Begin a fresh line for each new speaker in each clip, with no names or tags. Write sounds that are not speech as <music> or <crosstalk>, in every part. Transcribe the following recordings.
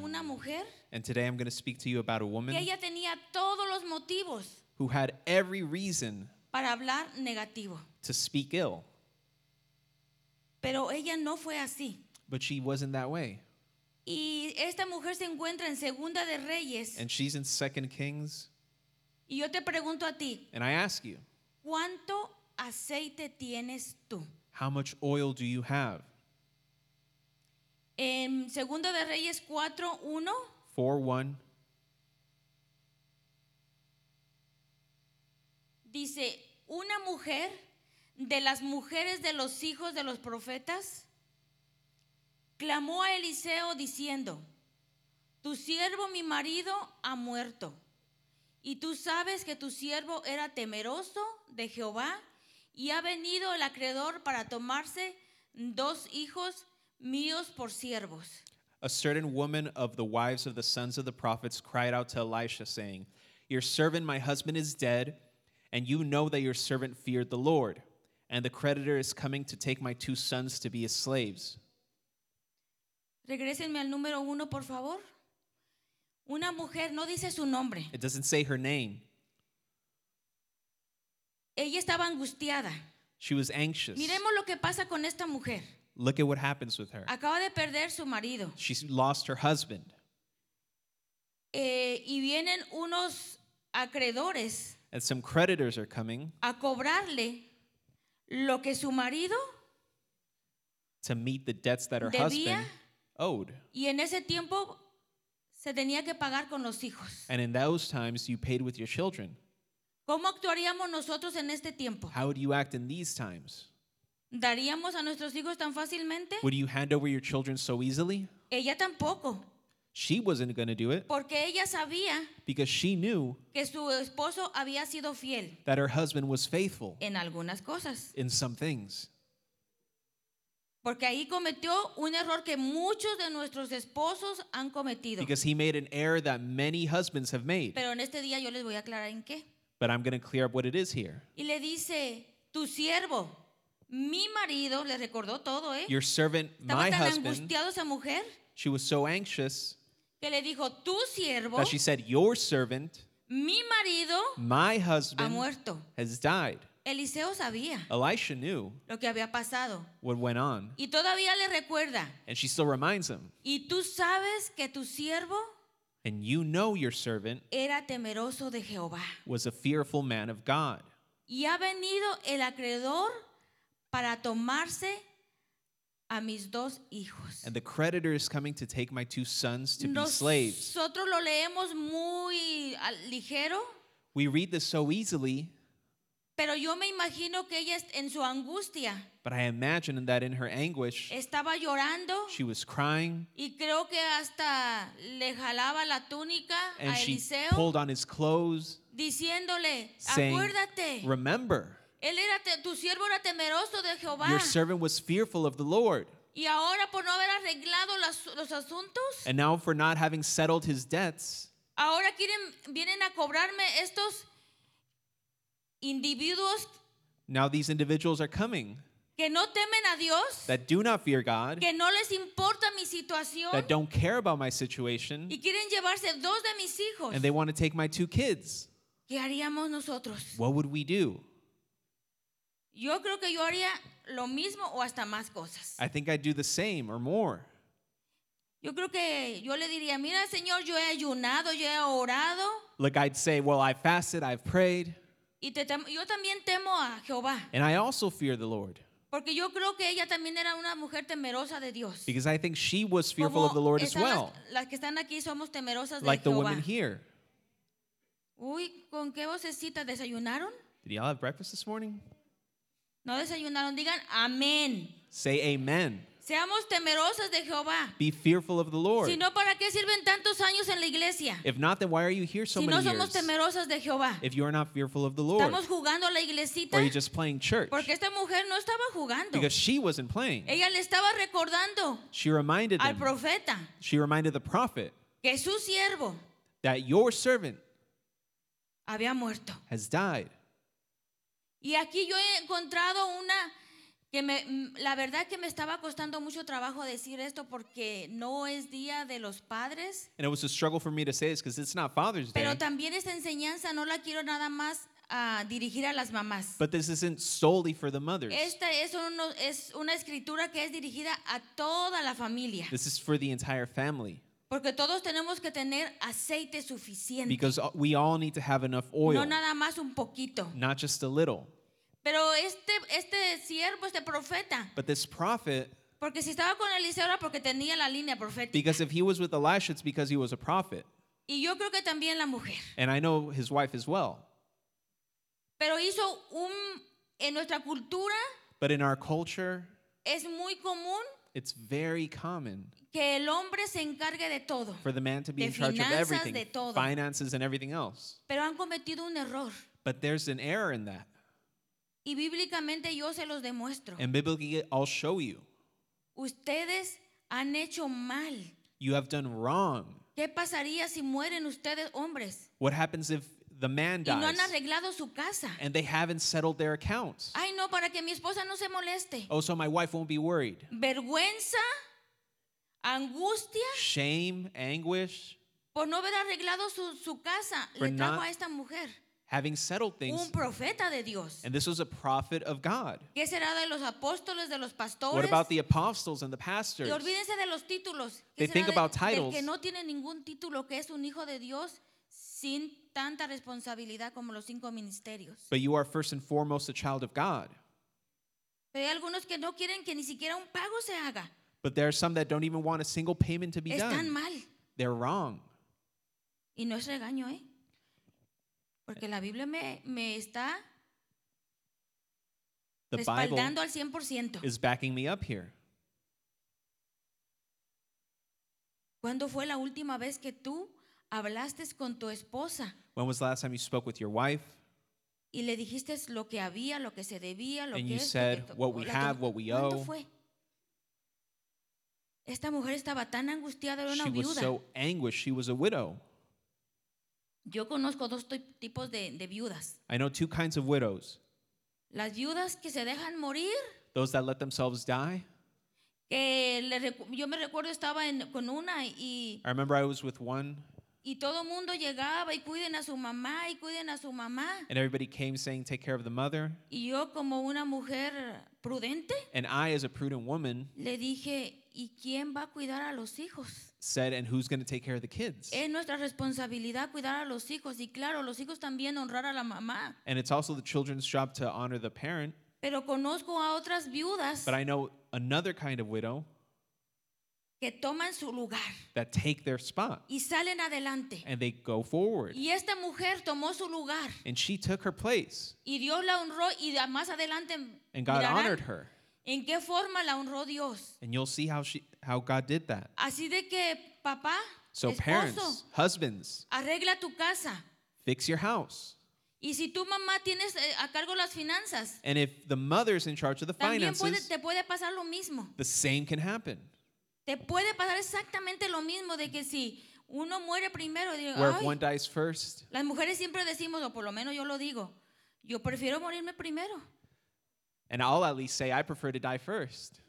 mujer
And today I'm going to speak to you about a
que
woman
ella tenía todos los motivos
who had every reason
para hablar negativo.
to speak ill,
Pero ella no fue así.
but she wasn't that way.
Y esta mujer se encuentra en Segunda de Reyes.
And she's in 2 Kings.
Y yo te pregunto a ti,
And I ask you,
¿cuánto aceite tienes tú?
how much oil do you have?
En Segunda de Reyes 4, 1,
4 1.
dice, una mujer de las mujeres de los hijos de los profetas clamó a Eliseo diciendo, tu siervo mi marido ha muerto, y tú sabes que tu siervo era temeroso de Jehová, y ha venido el acreedor para tomarse dos hijos míos por siervos.
A certain woman of the wives of the sons of the prophets cried out to Elisha, saying, Your servant, my husband, is dead, and you know that your servant feared the Lord, and the creditor is coming to take my two sons to be his slaves.
Regrésenme al número uno, por favor. Una mujer no dice su nombre.
It doesn't say her name.
Ella estaba angustiada.
She was anxious.
Miremos lo que pasa con esta mujer.
Look at what happens with her.
Acaba de perder su marido.
She lost her husband,
Eh, y vienen unos acreedores
and some creditors are coming
a cobrarle lo que su marido,
to meet the debts that her
Debía.
husband owed.
y en ese tiempo se tenía que pagar con los hijos.
And in those times, you paid with your children.
¿Cómo actuaríamos nosotros en este tiempo?
How would you act in these times?
¿Daríamos a nuestros hijos tan fácilmente?
Would you hand over your children so easily?
Ella tampoco,
She wasn't going to do it
porque ella sabía
because she knew
que su esposo había sido fiel
that her husband was faithful
en algunas cosas.
in some things.
Porque ahí cometió un error que muchos de nuestros esposos han cometido.
Because he made an error that many husbands have made.
Pero en este día yo les voy a aclarar en qué.
But I'm going to clear up what it is here.
Y le dice, tu siervo, mi marido, le recordó todo, ¿eh?
Your servant,
Estaba
my
tan
husband,
angustiado esa mujer
she was so anxious
que le dijo, tu siervo,
that she said, Your servant,
mi marido,
my
ha
husband,
muerto.
has died.
Eliseo sabía
Elisha knew
lo que había pasado.
what went on,
Y todavía le recuerda,
and she still reminds him,
y tú sabes que tu siervo
And you know your servant
era temeroso de Jehová.
was a fearful man of God,
Y ha venido el acreedor para tomarse a mis dos hijos.
and the creditor is coming to take my two sons to be slaves.
Nosotros lo leemos muy al- ligero,
We read this so easily,
pero yo me imagino que ella est- en su angustia
but I imagine that in her anguish,
estaba llorando
she was crying
y creo que hasta le jalaba la túnica
and
a
she
Eliseo
pulled on his clothes,
diciéndole,
saying,
acuérdate,
Remember,
él era te- tu siervo era temeroso de Jehová
your servant was fearful of the Lord,
y ahora por no haber arreglado las- los asuntos,
and now for not having settled his debts,
ahora quieren vienen a cobrarme estos individuos
now these individuals are coming
que no temen a Dios.
that do not fear God,
que no les importa mi situación
that don't care about my situation,
y quieren llevarse dos de mis hijos,
and they want to take my two kids.
¿qué haríamos nosotros?
What would we do?
Yo creo que yo haría lo mismo o hasta más cosas.
I think I'd do the same or more.
Yo creo que yo le diría, mira Señor, yo he ayunado, yo he orado
Look, I'd say, Well, I fasted, I've prayed,
y te tem- yo también temo a Jehová,
and I also fear the Lord.
porque yo creo que ella también era una mujer temerosa de Dios.
Because I think she was fearful
Como
of the Lord as
están las-
well,
Las, que están aquí somos temerosas de
like the
Jehová.
women here.
Uy, ¿con qué vocecita desayunaron?
Did y'all have breakfast this morning?
No desayunaron, digan amén.
Say amen.
Seamos temerosas de Jehová.
Be fearful of the Lord.
Si no, ¿para qué sirven tantos años en la iglesia?
if not, then why are you here so
si no
many
somos
years?
temerosas de Jehová.
If you are not fearful of the Lord,
Estamos jugando a la iglesita
or you're just playing church,
porque esta mujer no estaba jugando.
because she wasn't playing.
Ella le estaba recordando
She reminded
al
them,
profeta
she reminded the prophet
que su siervo
that your servant
había muerto.
has died.
Y aquí yo he encontrado una que que me, m- la verdad que me estaba costando mucho trabajo decir esto porque no es día de los padres,
And it was a struggle for me to say this because it's not Father's Day.
pero también esta enseñanza no la quiero nada más ah, dirigir a las mamás.
But this isn't solely for the mothers.
Esta es, uno- es una escritura que es dirigida a toda la familia,
This is for the entire family
porque todos tenemos que tener aceite suficiente,
because we all need to have enough
no
oil,
nada más un poquito.
not just a little.
Pero este, este siervo, este profeta,
But this prophet,
porque si estaba con Eliseo era porque tenía la línea profética.
because if he was with Elisha, it's because he was a prophet.
Y yo creo que también la mujer.
And I know his wife as well.
Pero hizo un, en nuestra cultura
But in our culture,
es muy común
it's very common
que el hombre se encargue de todo.
for the man to be
De
in charge of
finanzas,
everything,
de todo.
finances and everything else.
Pero han cometido un error.
But there's an error in that.
Y bíblicamente yo se los demuestro.
And biblically, I'll show you.
Ustedes han hecho mal.
You have done wrong.
¿Qué pasaría si mueren ustedes hombres
What happens if the man
y no
dies
han arreglado su casa?
and they haven't settled their accounts?
Ay, no, para que mi esposa no se moleste.
Oh, so my wife won't be worried.
Vergüenza, angustia
Shame, anguish,
por no haber arreglado su, su casa.
For
Le trajo
not-
a esta mujer,
having settled things.
un profeta de Dios.
And this was a prophet of God.
¿Qué será de los apóstoles, de los
What
pastores?
about the apostles and the pastors?
Y olvídense de los títulos.
They
¿Qué
think
será
about
del- del
titles.
que no tiene ningún título, que es un hijo de Dios sin tanta responsabilidad como los cinco ministerios.
But you are first and foremost a child of God.
Pero hay algunos que no quieren que ni siquiera un pago se haga.
But there are some that don't even want a single payment to be
Están
done.
mal.
They're wrong.
Y no es regaño, ¿eh? Porque la Biblia me, me está
The Bible
respaldando al 100%.
is backing me up here.
¿Cuándo fue la última vez que tú hablaste con tu esposa
When was the last time you spoke with your wife
y le dijiste lo que había, lo que se debía, lo
And
que
you
esto,
said,
que to-
"What we
la to-
have, what we
¿Cuánto
owe"?
fue? Esta mujer estaba tan angustiada, era una
she was
viuda.
so anguished she was a widow
Yo conozco dos ti- tipos de, de viudas.
i know two kinds of widows
Las viudas que se dejan morir,
those that let themselves die
que le recu- yo me recuerdo estaba en- con una y,
i remember i was with one
y todo el mundo llegaba y cuiden a su mamá y cuiden a su mamá.
and everybody came saying take care of the mother
Y yo como una mujer prudente
and i as a prudent woman
le dije, ¿y quién va a cuidar a los hijos?
said and who's going to take care of the kids
Es nuestra responsabilidad cuidar a los hijos y claro, los hijos también honrar a la mamá.
and it's also the children's job to honor the parent
Pero conozco a otras viudas
but i know another kind of widow
que toman su lugar
that take their spot
y salen adelante.
and they go forward
Y esta mujer tomó su lugar
and she took her place
y Dios la honró y da- más adelante
and god
mirarán
honored her
en qué forma la honró Dios.
and you'll see how she how god did that
Así de que papá,
so
esposo,
parents husbands
arregla tu casa.
fix your house
Y si tu mamá tienes eh, a cargo las finanzas,
And if the mother's in charge of the
también
finances,
puede, te puede pasar lo mismo.
the same can happen.
Te puede pasar exactamente lo mismo de que si uno muere primero, digo,
Where if
"Ay".
one dies first,
las mujeres siempre decimos, o por lo menos yo lo digo, yo prefiero morirme primero.
and I'll at least say I prefer to die first.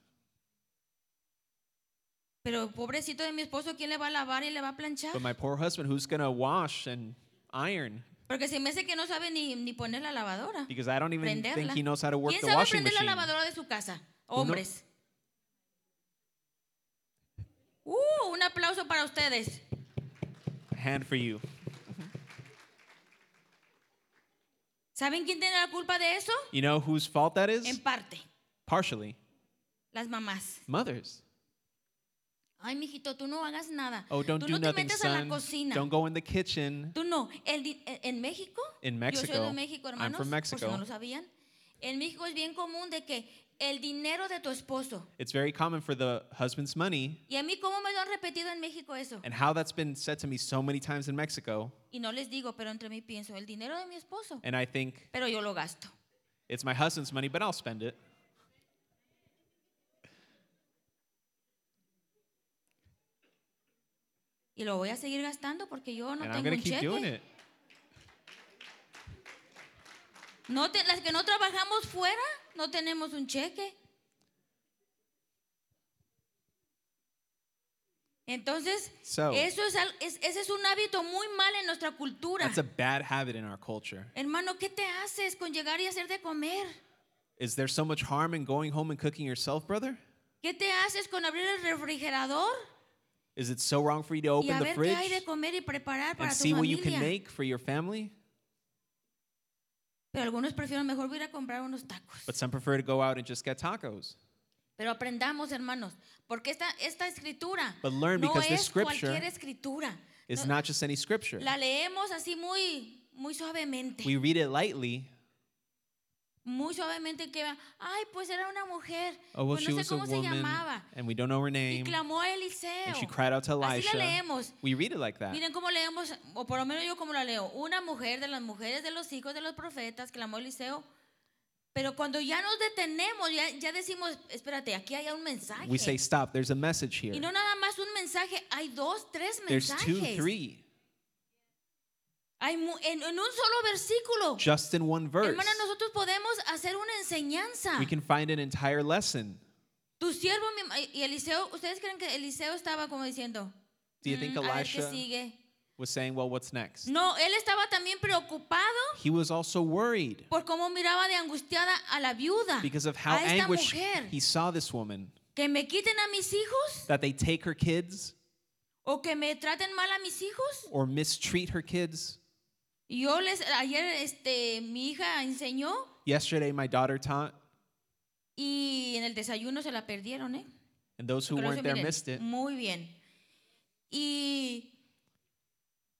Pero pobrecito de mi esposo, ¿quién le va a lavar y le va a planchar?
But my poor husband, who's gonna wash and iron
Porque se me hace que no sabe ni, ni poner la lavadora.
because I don't even think
Prenderla.
he knows how to work
¿Quién
the
sabe
washing
prender la
machine.
lavadora de su casa?
no-
Hombres. Uh, un aplauso para ustedes.
A hand for you.
¿Saben quién tiene la culpa de eso?
You know whose fault that is?
En parte,
Partially,
las mamás.
mothers.
Ay, mijito, tú no hagas nada.
Oh, don't
tú
do
no te
nothing,
metes a la
son.
cocina.
Don't go in the kitchen.
Tú no. El di- en- en México.
In
Yo soy
Mexico.
de México,
I'm
hermanos.
from
Por si
Mexico.
no lo sabían. En México es bien común de que el dinero de tu esposo.
It's very common for the husband's money,
Y a mí cómo me lo han repetido en México eso.
and how that's been said to me so many times in Mexico,
Y no les digo, pero entre mí pienso el dinero de mi esposo.
and I think
Pero yo lo gasto.
it's my husband's money, but I'll spend it.
Y lo voy a seguir gastando porque yo no
and I'm
tengo
gonna
un
keep doing
cheque.
it.
No te- las que no trabajamos fuera no tenemos un cheque. Entonces,
So-
eso es, al- es- ese es un hábito muy mal en nuestra cultura.
That's a bad habit in our culture.
Hermano, ¿qué te haces con llegar y hacer de comer?
Is there so much harm in going home and cooking yourself, brother?
¿Qué te haces con abrir el refrigerador
Is it so wrong for you to
y a
open the
ver qué hay
fridge
de comer y preparar para
and
tu
see what you can
familia?
make for your family?
Pero algunos prefieren mejor voy a ir a comprar unos tacos.
But some prefer to go out and just get tacos.
Pero aprendamos, hermanos, porque esta, esta escritura
But learn,
no
because this
es
scripture
cualquier escritura.
It's
No,
not just any scripture.
la leemos así muy, muy suavemente.
We read it lightly.
muy suavemente que va, ay, pues era una mujer,
Oh, well,
pues
she
no
was
sé
a
cómo se
woman,
llamaba.
and we don't know her
Y
name.
clamó a Eliseo.
And she cried out to
Así la
Elisha.
leemos.
We read it like that.
Miren cómo leemos, o por lo menos yo como la leo. Una mujer de las mujeres de los hijos de los profetas clamó a Eliseo. Pero cuando ya nos detenemos, ya, ya decimos, espérate, aquí hay un mensaje.
We say, stop, there's a message here.
y no nada más un mensaje, hay dos, tres
There's two,
mensajes.
three,
Hay mu- en, en un solo versículo.
just in one verse.
Hermana, nosotros podemos hacer una enseñanza.
We can find an entire lesson.
Tu siervo mi ma- y Eliseo, ¿ustedes creen que Eliseo estaba como diciendo?
Do you think
"Mm, a ver qué
Elisha
sigue?
was saying, well, what's next?
No, él estaba también preocupado
He was also worried
por cómo miraba de angustiada a la viuda,
because of how
a esta
anguished
mujer.
he saw this woman.
Que me quiten a mis hijos
That they take her kids
o que me traten mal a mis hijos.
or mistreat her kids.
Y Yo les ayer este mi hija enseñó
Yesterday, my daughter taught,
y en el desayuno se la perdieron, ¿eh?
and those who
Creo que
weren't there
miren, Mm.
missed it.
Muy bien. Y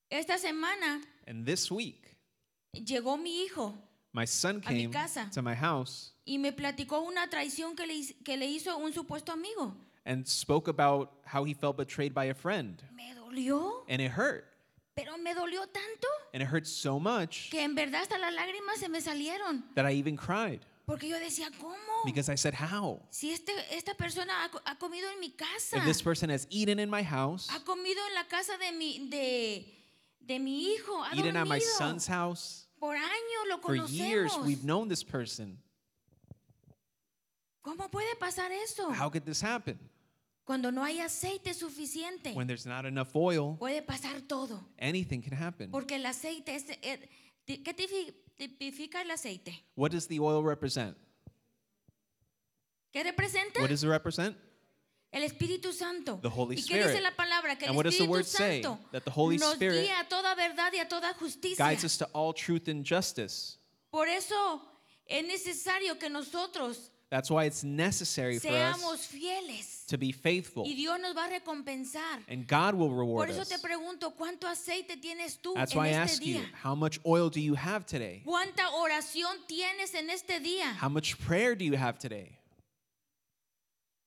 esta semana
And this week,
llegó mi hijo
My son
a mi
came
casa.
to my house
y me platicó una traición que le, hiz- que le hizo un supuesto amigo.
and spoke about how he felt betrayed by a friend.
Me dolió,
And it hurt.
pero me dolió tanto
And it hurt so much
que en verdad hasta las lágrimas se me salieron.
that I even cried
Porque yo decía, ¿cómo?
because I said, How?
si este, esta persona ha, co- ha comido en mi casa,
If this person has eaten in my house,
ha comido en la casa de mi, de, de mi hijo, ha
eaten at my
dormido.
son's house,
por años lo
for years
conocemos.
we've known this person.
¿Cómo puede pasar eso?
How could this happen?
Cuando no hay aceite suficiente,
When Mm. there's not enough oil,
puede pasar todo.
anything can happen.
Porque el aceite es... eh, ti- ¿Qué tipi- tipifica el aceite?
What does the oil represent?
¿Qué representa?
What does it represent?
El Espíritu Santo.
The Holy
¿Y qué dice
Spirit.
la palabra? Que el
And what does the
Espíritu
word say?
Santo
That the Holy
nos
Spirit
guía a toda verdad y a toda justicia.
Guides us to all truth and justice.
Por eso es necesario que nosotros
That's why it's necessary for us
seamos fieles
to be faithful.
y Dios nos va a recompensar.
and God will
Por
reward
eso
us.
te pregunto, ¿cuánto aceite tienes tú
That's
en
why I
este
ask you,
día?
how much oil do you have today?
¿Cuánta oración tienes en este día?
How much prayer do you have today?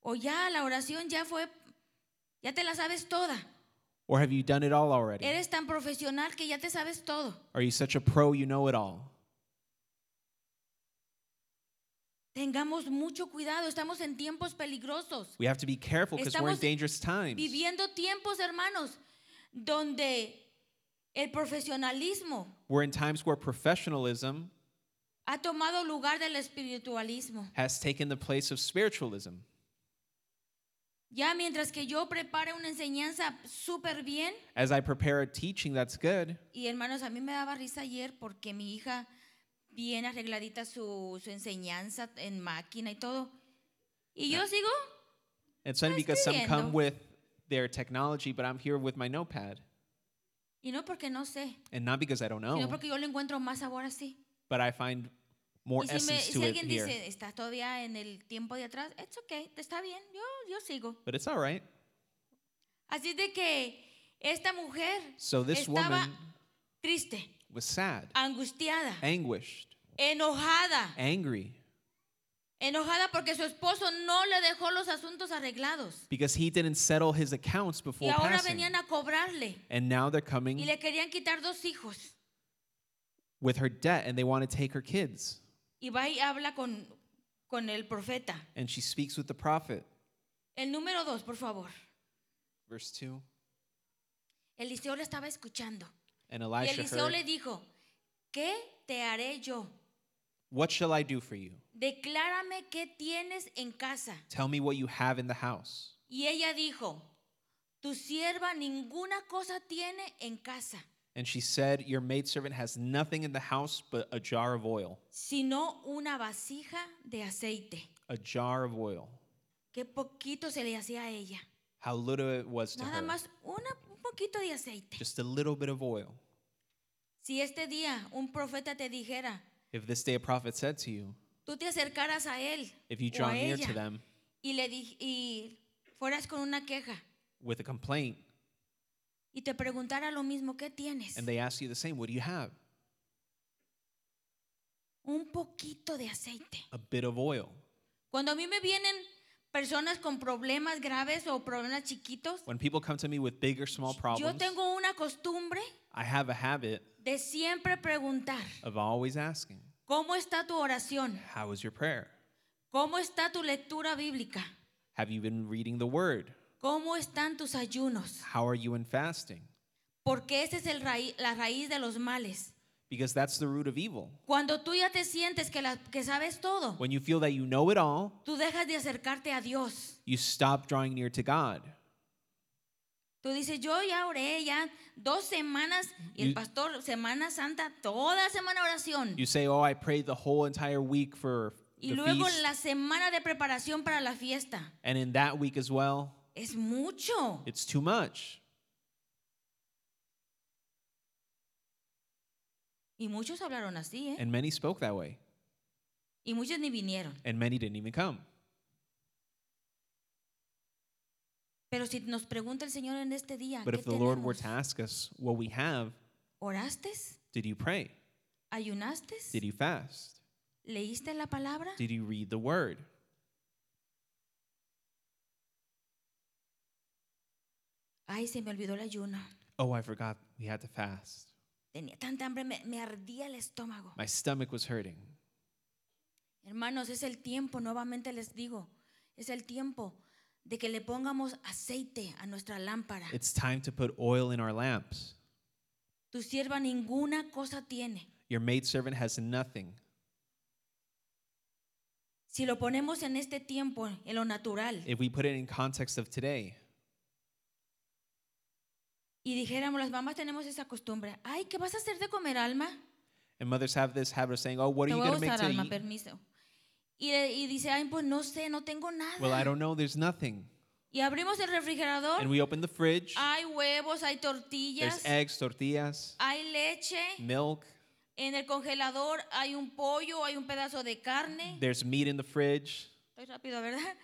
o ya la oración ya fue, ya te la sabes toda.
Or have you done it all already?
Eres tan profesional que ya te sabes todo.
Are you such a pro you know it all?
Tengamos mucho cuidado, estamos en tiempos peligrosos.
We have to be careful because we're in
Estamos
dangerous times.
viviendo tiempos, hermanos, donde el profesionalismo
We're in times where professionalism
ha tomado lugar del espiritualismo.
has taken the place of spiritualism.
Ya mientras que yo prepare una enseñanza súper bien,
As I prepare a teaching that's good,
y hermanos, a mí me daba risa ayer porque mi hija, bien arregladita su, su enseñanza en máquina y todo, y yo sigo,
it's funny because some
escribiendo.
come with their technology, but I'm here with my notepad.
y no porque no sé,
And not because I don't
sino
know,
porque yo le encuentro más sabor así.
but I find more
Y si, me- si
essence to it
alguien
here.
dice, estás todavía en el tiempo de atrás, it's okay, te está bien, yo, yo sigo.
But it's all right.
Así de que esta mujer
So this
estaba
woman
triste,
was sad,
angustiada,
anguished,
enojada,
angry
enojada porque su esposo no le dejó los asuntos arreglados.
because he didn't settle his accounts
Y
before
ahora
passing.
venían a cobrarle
And now they're
y
coming
le querían quitar dos hijos.
with her debt and they want to take her kids.
Y va y habla con, con el profeta.
And she speaks with the prophet.
El número dos, por favor.
Verse 2.
Eliseo le estaba escuchando.
And
Y
Elisha
Eliseo
heard,
le dijo, ¿qué te haré yo?
What shall I do for you?
Declárame qué tienes en casa.
Tell me what you have in the house.
Y ella dijo, Tu sierva ninguna cosa tiene en casa,
And she said, Your maidservant has nothing in the house but a jar of oil.
sino una vasija de aceite.
A jar of oil.
Qué poquito se le hacía a ella.
How little it was to
Nada
her.
más una- un poquito de aceite.
Just a little bit of oil.
Si este día un profeta te dijera,
If this day a prophet said to you,
tú te acercaras a él
If you
o
draw
a
near
ella
to them
y le di- y fueras con una queja
with a complaint
y te preguntara lo mismo, ¿qué tienes?
and they ask you the same, What do you have?
Un poquito de aceite.
A bit of oil.
Cuando a mí me vienen personas con problemas graves o problemas chiquitos,
When people come to me with big or small
yo
problems,
tengo una costumbre
I have a habit
de siempre preguntar,
of always asking,
¿cómo está tu oración?
How is your prayer?
¿Cómo está tu lectura bíblica?
Have you been reading the word?
¿Cómo están tus ayunos?
How are you in fasting?
Porque esa es el raí- la raíz de los males.
Because that's the root of evil.
Cuando tú ya te sientes que, la- que sabes todo,
When you feel that you know it all,
tú dejas de acercarte a Dios.
you stop drawing near to God.
Tú dices, yo ya oré, ya dos semanas, y
You-
el pastor, Semana Santa, toda semana oración.
You say, Oh, I prayed the whole entire week for
Y
the
luego
feast.
la semana de preparación para la fiesta.
And in that week as well,
Es mucho.
it's too much.
Y muchos hablaron así, ¿eh?
And many spoke that way,
Y muchos ni vinieron.
and many didn't even come.
Pero si nos pregunta el Señor en este día,
But
¿qué
if the Lord were to
tenemos?
ask us what we have,
¿Oraste?
did you pray?
¿Ayunaste?
Did you fast?
¿Leíste la palabra?
Did you read the word?
Ay, se me olvidó el ayuno.
Oh, I forgot we had to fast.
Tenía tanta hambre, me, me ardía el estómago.
My stomach was hurting.
Hermanos, es el tiempo, nuevamente les digo, es el tiempo de que le pongamos aceite a nuestra lámpara.
It's time to put oil in our lamps.
Tu sierva ninguna cosa tiene.
Your maidservant has nothing.
Si lo ponemos en este tiempo, en lo natural,
If we put it in context of today,
y dijéramos, las mamás tenemos esa costumbre, ay, ¿qué vas a hacer de comer, alma?
and mothers have this habit of saying, Oh, what
Te
are you
voy a
going to make
usar,
to
alma,
eat?
permiso. Y, y dice, ay, pues no sé, no tengo nada.
Well, I don't know. There's nothing.
y abrimos el refrigerador,
And we open the fridge.
hay huevos, hay tortillas,
There's eggs, tortillas,
hay leche,
milk.
en el congelador hay un pollo, hay un pedazo de carne.
There's meat in the fridge.
Estoy rápido, ¿verdad?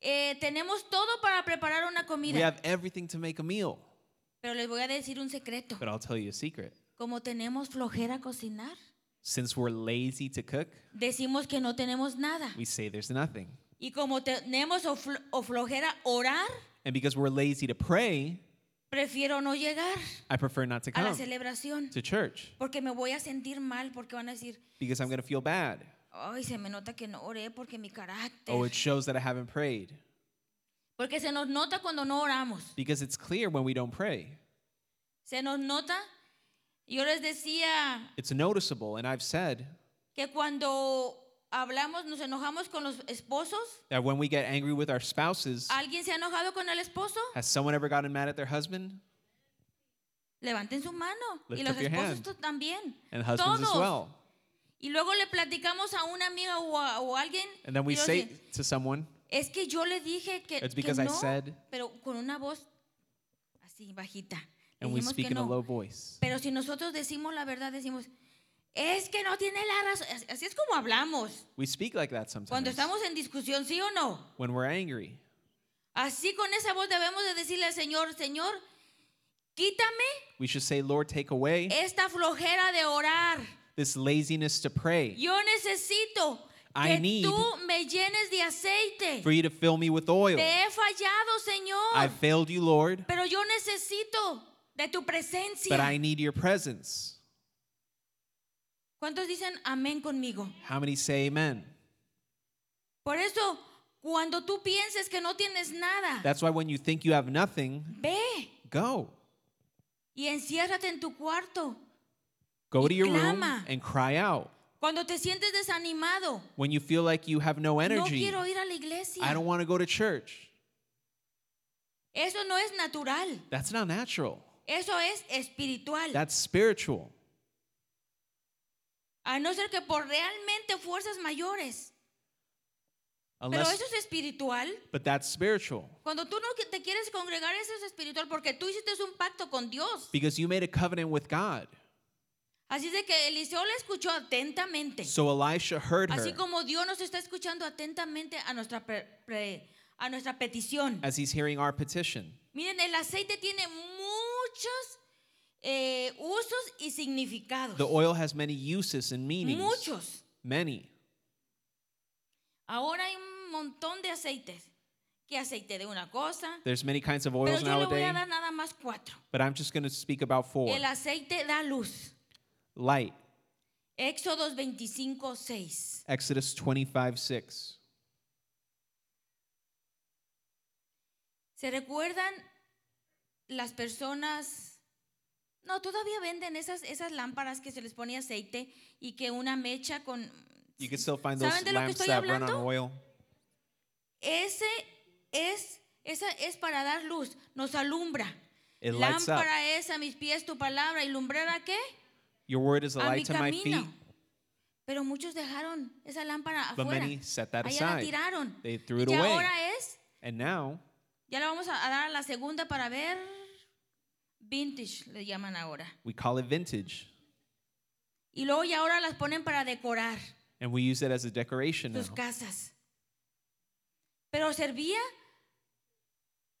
Eh, tenemos todo para preparar una
We
comida.
have everything to make a meal.
Pero les voy a decir un secreto.
But I'll tell you a secret.
Como tenemos flojera a cocinar,
Since we're lazy to cook,
decimos que no tenemos nada.
we say there's nothing.
Y como tenemos o, fl- o flojera orar,
And because we're lazy to pray,
prefiero no llegar
I prefer not to
a la
come
celebración.
to church
Porque me voy a sentir mal, porque van a decir,
because I'm going to feel bad.
ay, se me nota que no oré porque mi carácter.
Oh, it shows that I haven't prayed
Porque se nos nota cuando no oramos.
because it's clear when we don't pray.
Se nos nota. Yo les decía
It's noticeable. And I've said
que cuando hablamos, nos enojamos con los esposos,
that when we get angry with our spouses,
¿Alguien se ha enojado con el esposo?
has someone ever gotten mad at their husband?
Levanten su mano. y
Lift
los
up your
esposos
hand.
to- también.
And husbands
Todos.
as well.
Y luego le platicamos a una amiga o a, o a alguien.
And then we
y lo
say
dice,
to someone,
es que yo le dije que,
It's
que
because I
no,
said-
pero con una voz así bajita. Le
and we
Dijimos
speak
que
in a
no.
low voice.
Pero si nosotros decimos la verdad, decimos, es que no tiene la razón. Así- Así es como hablamos.
We speak like that
Cuando
sometimes
estamos en discusión, ¿sí o no?
when we're angry.
Así con esa voz debemos de decirle al Señor, Señor, quítame
We should say, Lord, take away
esta flojera de orar.
this laziness to pray
Yo necesito
I
que
need
tú me llenes de aceite.
for you to fill me with oil.
Te he fallado, Señor.
I failed you, Lord,
pero yo necesito de tu
but
presencia.
I need your presence.
¿Cuántos dicen amén conmigo?
How many say amen?
Por eso, cuando tú pienses que no tienes nada,
That's why when you think you have nothing,
ve
go.
y enciérrate en tu cuarto.
Go to your room
Clama.
and cry out.
Cuando te sientes desanimado,
When you feel like you have no
no
energy,
quiero ir a la
I
iglesia.
don't want to go to church.
Eso no es natural,
That's not natural,
eso es espiritual.
that's spiritual.
a no ser que por realmente fuerzas mayores. Pero
Unless,
eso es espiritual.
but that's spiritual
Cuando tú no qui- te quieres congregar, eso es espiritual, porque tú hiciste un pacto con Dios.
because you made a covenant with God.
Así de que Eliseo la escuchó atentamente.
So Elisha heard her
Así como Dios nos está escuchando atentamente a nuestra, pre- pre- a nuestra petición.
as he's hearing our petition.
Miren, el aceite tiene muchos eh, usos y significados.
The oil has many uses and meanings.
Muchos.
Many.
Ahora hay un montón de aceites. ¿Qué aceite de una cosa?
There's many kinds of
Pero
oils
yo le voy a
nowadays,
dar nada más cuatro.
but I'm just going to speak about four.
El aceite da luz.
Light,
Éxodos 25, 6.
Exodus 25, 6.
¿Se recuerdan las personas? No, todavía venden esas, esas lámparas que se les ponía aceite y que una mecha con...
You can still find
¿Saben
those
de lo que
lamps
estoy
that run on
hablando?
oil.
Ese es, esa es para dar luz, nos alumbra.
It lights up.
Lámpara es a mis pies tu palabra y lumbrera qué?
Your word is a
A mi
light to my feet.
camino. Pero muchos dejaron esa lámpara
But
afuera.
many set that
Allá la
aside.
tiraron.
They threw it
y
away.
ahora es
And now,
Ya le vamos a a dar a la segunda para ver. Vintage le llaman ahora.
we call it vintage.
Y luego y ahora las ponen para decorar
And we use it as a decoration now.
sus casas. Pero servía.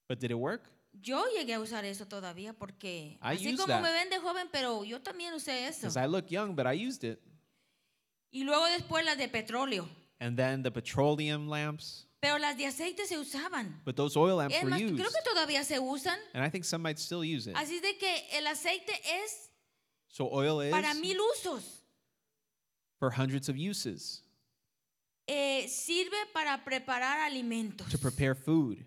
But did it work?
Yo llegué a usar eso todavía porque así
used
como
that.
me ven de joven, pero yo también usé eso.
Because I look young, but I used it.
Y luego después las de petróleo.
And then the petroleum lamps,
Pero las de aceite se usaban.
but those oil lamps
Es
were
más,
used.
creo que todavía se usan.
And I think some might still use it.
Así de que el aceite es
So oil is
para mil usos.
for hundreds of uses
Eh, sirve para preparar alimentos.
to prepare food.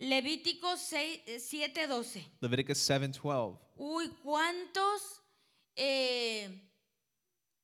Levítico eh, 7:12.
Leviticus 7:12.
Uy, ¿cuántos eh,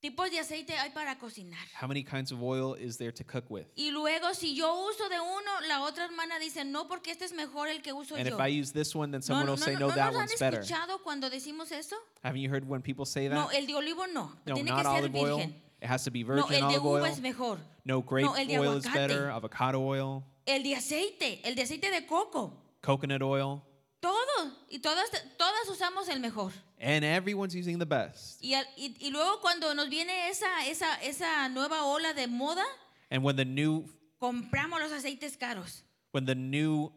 tipos de aceite hay para cocinar?
How many kinds of oil is there to cook with?
Y luego, si yo uso de uno, la otra hermana dice, no, porque este es mejor el que uso
And
yo.
if I use this one, then
no,
someone
no,
will
no,
say,
no,
no,
¿no
that
nos han
one's better.
escuchado cuando decimos eso?
Haven't you heard when people say that?
No, el de olivo no,
No,
tiene que
not
ser
olive oil.
virgen.
It has to be
No,
virgin
el de
olive
uva
oil.
es mejor.
No, grape
el de
oil is
aguacate.
better. Avocado oil,
El de aceite, el de aceite de coco.
coconut oil,
Todos, y todas, todas usamos el mejor.
and everyone's using the best.
Y, al- y- y luego cuando nos viene esa, esa, esa nueva ola de moda,
And when the new,
compramos los aceites caros.
when the new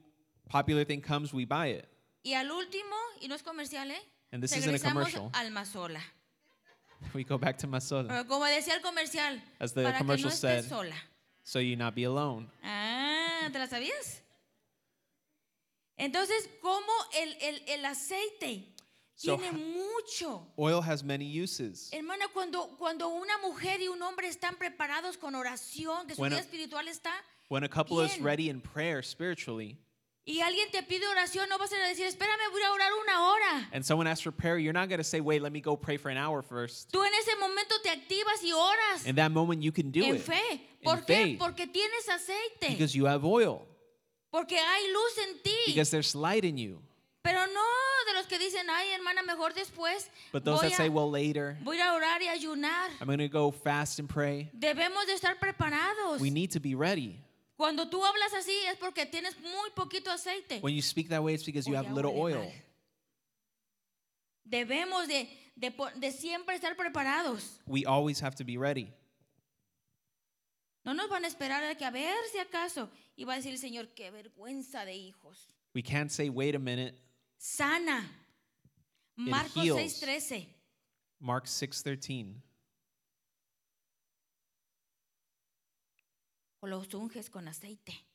popular thing comes, we buy it.
Y al último, y no es comercial, ¿eh?
And this isn't a
Regresamos
commercial.
al Mazola.
<laughs> We go back to Masoda,
Pero Como decía el comercial,
As the
para que no
commercial
estés
said.
sola.
so you not be alone.
Ah, ¿te la sabías? Entonces, como el, el- el aceite
So
tiene
ho-
mucho?
Oil has many uses.
Hermana, cuando, cuando una mujer y un hombre están preparados con oración, que su
When
vida
a-
espiritual está
When a couple is
Bien.
ready in prayer spiritually,
Y alguien te pide oración, no vas a decir, espérame, voy a orar una hora.
and someone asks for prayer, you're not going to say, wait, let me go pray for an hour first.
Tú en ese momento te activas y oras
In that moment, you can do
en
it
fe. ¿Por qué?
In faith.
Porque tienes aceite.
because you have oil,
porque hay luz en ti.
because there's light in you.
Pero no de los que dicen, ay, hermana, mejor después
But those
voy,
that
a,
say, well, later,
voy a orar y ayunar.
I'm going to go fast and pray,
Debemos de estar preparados.
we need to be ready.
Cuando tú hablas así es porque tienes muy poquito aceite.
When you speak that way, it's because you
Oye,
have little
huele
oil.
mal. Debemos de- de po- de siempre estar preparados.
We always have to be ready.
No nos van a esperar a que a ver si acaso. Y va a decir el Señor, qué vergüenza de hijos.
We can't say, wait a minute,
Sana. Marcos
heals.
6:13.
Mark 6:13.
O los unges con aceite.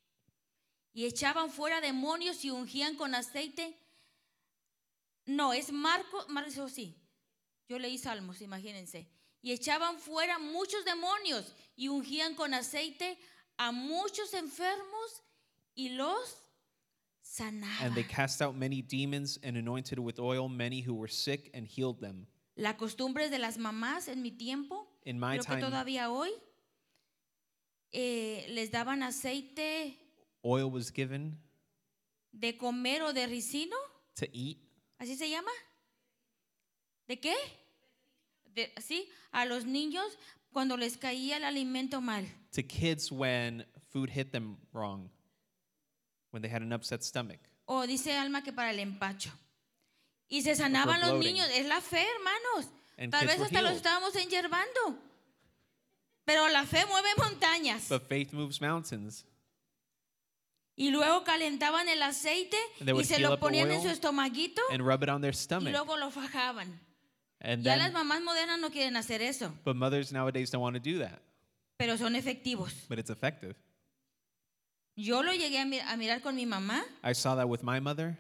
Y echaban fuera demonios y ungían con aceite. No, es Marcos, Marcos sí. Yo leí Salmos, imagínense. Y echaban fuera muchos demonios y ungían con aceite a muchos enfermos y los sanaban.
And they cast out many demons and anointed with oil many who were sick and healed them.
La costumbre de las mamás en mi tiempo,
In my
creo que
time,
todavía hoy, eh, les daban aceite
oil was given
de comer o de ricino,
to eat,
así se llama. ¿De qué? De, sí, a los niños cuando les caía el alimento mal.
to kids when food hit them wrong, when they had an upset stomach.
O dice Alma que para el empacho. Y se sanaban los
bloating.
niños. Es la fe, hermanos.
And
Tal
kids
vez
were
hasta los
healed.
estábamos enyerbando. Pero la fe mueve montañas.
But faith moves mountains.
y luego calentaban el aceite
And they
y
would
se
heal
lo
up the
ponían en
oil
su estomaguito
and rub it on their
y
stomach.
luego lo fajaban.
And
Ya las
then,
mamás modernas no quieren hacer eso,
but mothers nowadays don't want to do that,
pero son efectivos.
but it's effective.
Yo lo llegué a, mi- a mirar con mi mamá
I saw that with my mother,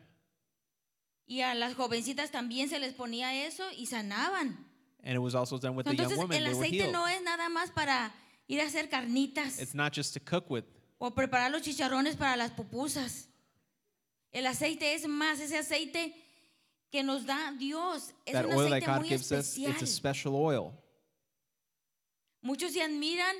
y a las jovencitas también se les ponía eso y sanaban.
and it was also done with a young
Entonces
woman.
el
They were
aceite
healed.
no es nada más para ir a hacer carnitas.
It's not just to cook with,
O preparar los chicharrones para las pupusas. El aceite es más, ese aceite que nos da Dios. Es
that
un
oil that
aceite
God
muy
gives us,
especial.
it's a special oil.
Muchos se admiran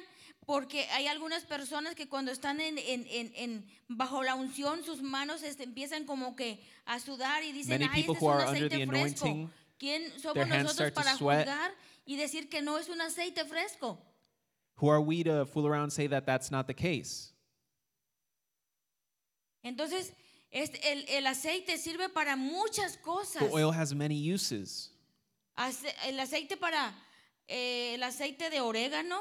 porque hay algunas personas que cuando están en, en- en- en- bajo la unción, sus manos este, empiezan como que a sudar y dicen,
Many
ay, este
people
es
who
un
are under
aceite
the
fresco.
anointing,
¿Quién somos
their hands
nosotros
start to
para
sweat.
juzgar y decir que no es un aceite fresco?
Who are we to fool around and say that that's not the case?
Entonces, este, el, el aceite sirve para muchas cosas.
The oil has many uses.
Ace- el aceite para eh, el aceite de orégano,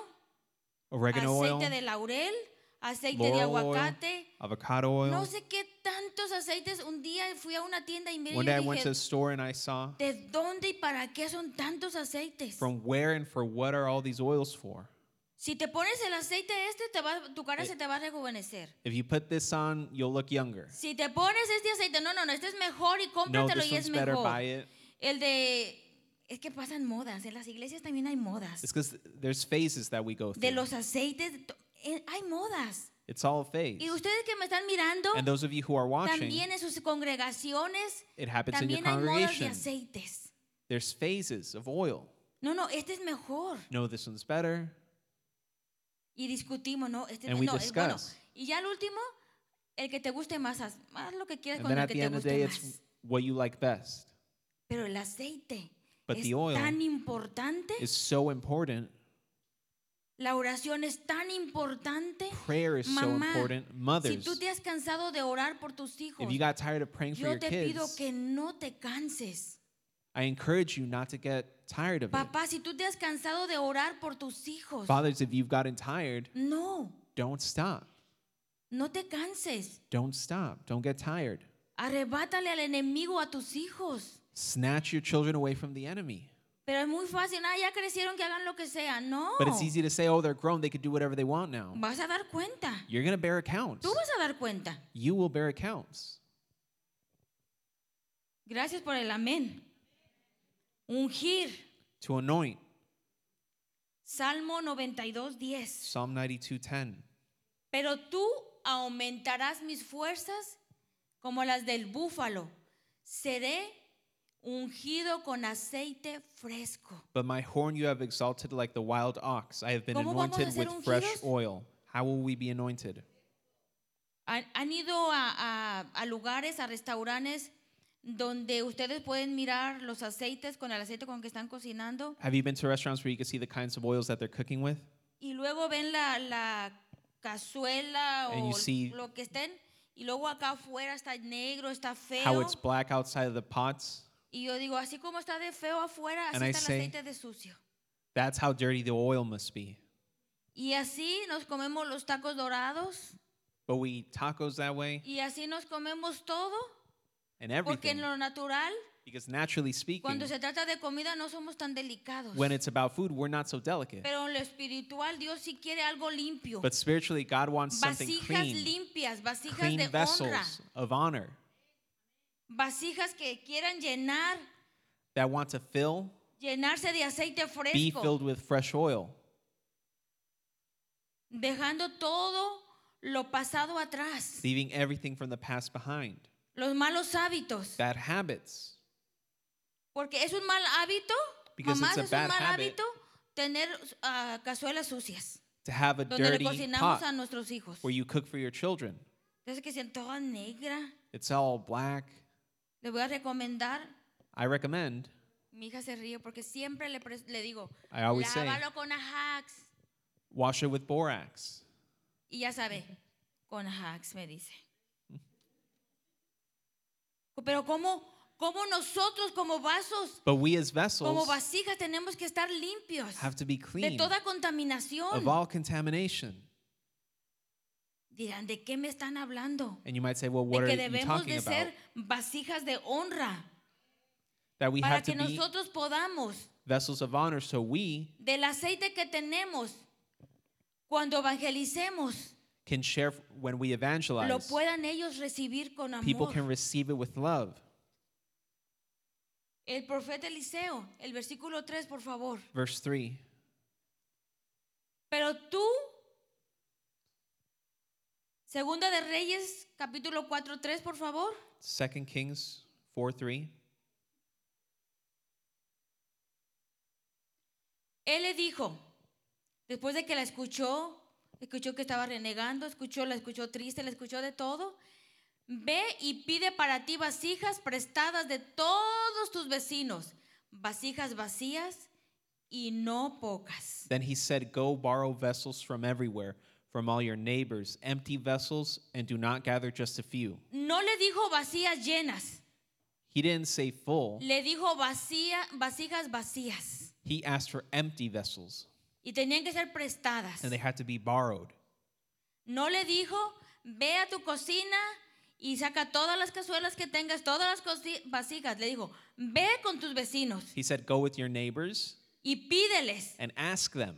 Oregano oil,
aceite de laurel, aceite de
laurel oil,
aguacate.
avocado oil.
No sé qué tantos aceites. Un día fui a una tienda y miré
One
y
day I went
dije,
to a store and I saw
¿de dónde y para qué son tantos aceites?
from where and for what are all these oils for?
Si te pones el aceite este, te va- tu cara
Eh.
se te va a rejuvenecer.
If you put this on, you'll look younger.
Si te pones este aceite, no, no, no, este es mejor y
No,
cómpratelo
this
y es
one's better, buy
mejor.
it.
El de... Es que pasan modas, en las iglesias también hay modas.
It's because there's phases that we go
De
through.
los aceites, de to- eh, hay modas.
It's all a phase.
Y ustedes que me están mirando,
And those of you who are watching,
también en sus congregaciones,
it happens in your
también hay modas de
congregation.
aceites.
There's phases of oil.
No, no, este es mejor.
No, this one's better.
Y discutimos, no, este
And
no,
we
es bueno.
discuss.
Y ya el último, el que te guste más, haz, haz lo que quieras
And
con
then
el
at
que
the
te
end of the
guste
day,
más.
it's what you like best.
Pero el aceite
But
es
the oil
tan importante,
It's so important.
la oración es tan importante.
Prayer is so
Mamá,
important.
Si
Mothers,
tú te has cansado de orar por tus hijos,
if you got tired of praying for your
yo te pido
kids,
que no te canses.
I encourage you not to get tired of it.
Papá, si tú te has cansado de orar por tus hijos,
Fathers, if you've gotten tired,
no,
don't stop.
no te canses.
Don't stop. Don't get tired.
Arrebátale al enemigo a tus hijos.
Snatch your children away from the enemy.
Pero es muy fácil, ah, ya crecieron que hagan lo que sea. No.
But it's easy to say, oh, they're grown, they could do whatever they want now.
Vas a dar cuenta.
You're going to bear accounts.
Tú vas a dar cuenta.
You will bear accounts.
Gracias por el amén. Ungir.
To anoint,
Salmo 92, 10.
Psalm 92:10.
Pero tú aumentarás mis fuerzas como las del búfalo. Seré ungido con aceite fresco.
But my horn you have exalted like the wild ox. I have been
¿Cómo vamos a
anointed
ser
with fresh
ungidos?
oil. How will we be anointed?
¿Han, han ido a, a- a lugares, a restaurantes donde ustedes pueden mirar los aceites con el aceite con que están cocinando
Have you been to restaurants where you can see the kinds of oils that they're cooking with?
y luego ven la, la cazuela
And
o
you see-
lo que estén y luego acá afuera está negro, está
How
feo
it's black outside of the pots.
y yo digo, así como está de feo afuera, así
And I
está
say-
el aceite de sucio.
That's how dirty the oil must be.
Y así nos comemos los tacos dorados
But we eat tacos that way
y así nos comemos todo
and
porque en
everything.
lo natural,
Because naturally
cuando
speaking,
se trata de comida no somos tan delicados.
when it's about food, we're not so delicate.
Pero en lo espiritual Dios sí quiere algo limpio.
But spiritually, God wants something
vasijas
clean,
limpias, vasijas de
clean
honra,
vessels of honor
vasijas que quieran llenar,
that want to fill,
llenarse de aceite
be
fresco,
filled with fresh oil,
dejando todo lo pasado atrás,
leaving everything from the past behind.
los malos hábitos.
Bad habits.
Porque es un mal hábito,
Because
mamás,
it's a
es un
bad
mal
habit.
hábito tener ah, cazuelas sucias
To have a
donde le
dirty
cocinamos
pot
a nuestros hijos.
where you cook for your children.
Entonces que sean toda negra.
It's all black.
Le voy a recomendar.
I recommend.
Mi hija se ríe porque siempre le, pres- le digo,
I always say,
lávalo con Ajax.
wash it with borax.
Y ya sabe, con Ajax me dice. Pero ¿cómo, cómo nosotros como vasos,
But we as
como
vessels
vasijas tenemos que estar limpios
have to be
de
clean
toda contaminación?
of all contamination.
Dirán, ¿de qué me están hablando?
And you might say, well, what
De que
are you
debemos
talking
de
about?
ser vasijas de honra
That we
para
have to
que
be
nosotros podamos
vessels of honor. So we
del aceite que tenemos cuando evangelicemos
can share when we
lo
evangelize.
puedan ellos recibir con
People can
amor.
receive it with love.
El profeta Eliseo, el versículo 3, por favor.
Verse 3
Pero tú, Segunda de Reyes, capítulo 4, 3, por favor.
2 Kings 4 3.
Él le dijo, después de que la escuchó, escuchó que estaba renegando, escuchó, la escuchó triste, la escuchó de todo, ve y pide para ti vasijas prestadas de todos tus vecinos, vasijas vacías y no pocas.
Then he said, Go borrow vessels from everywhere, from all your neighbors, empty vessels, and do not gather just a few.
No le dijo vacías llenas,
He didn't say full,
le dijo vacía, vasijas vacías
he asked for empty vessels,
y tenían que ser prestadas.
and they had to be borrowed.
No le dijo, ve a tu cocina y saca todas las cazuelas que tengas, todas las cosi- vasijas. Le dijo, ve con tus vecinos
He said, Go with your neighbors
y pídeles.
and ask them.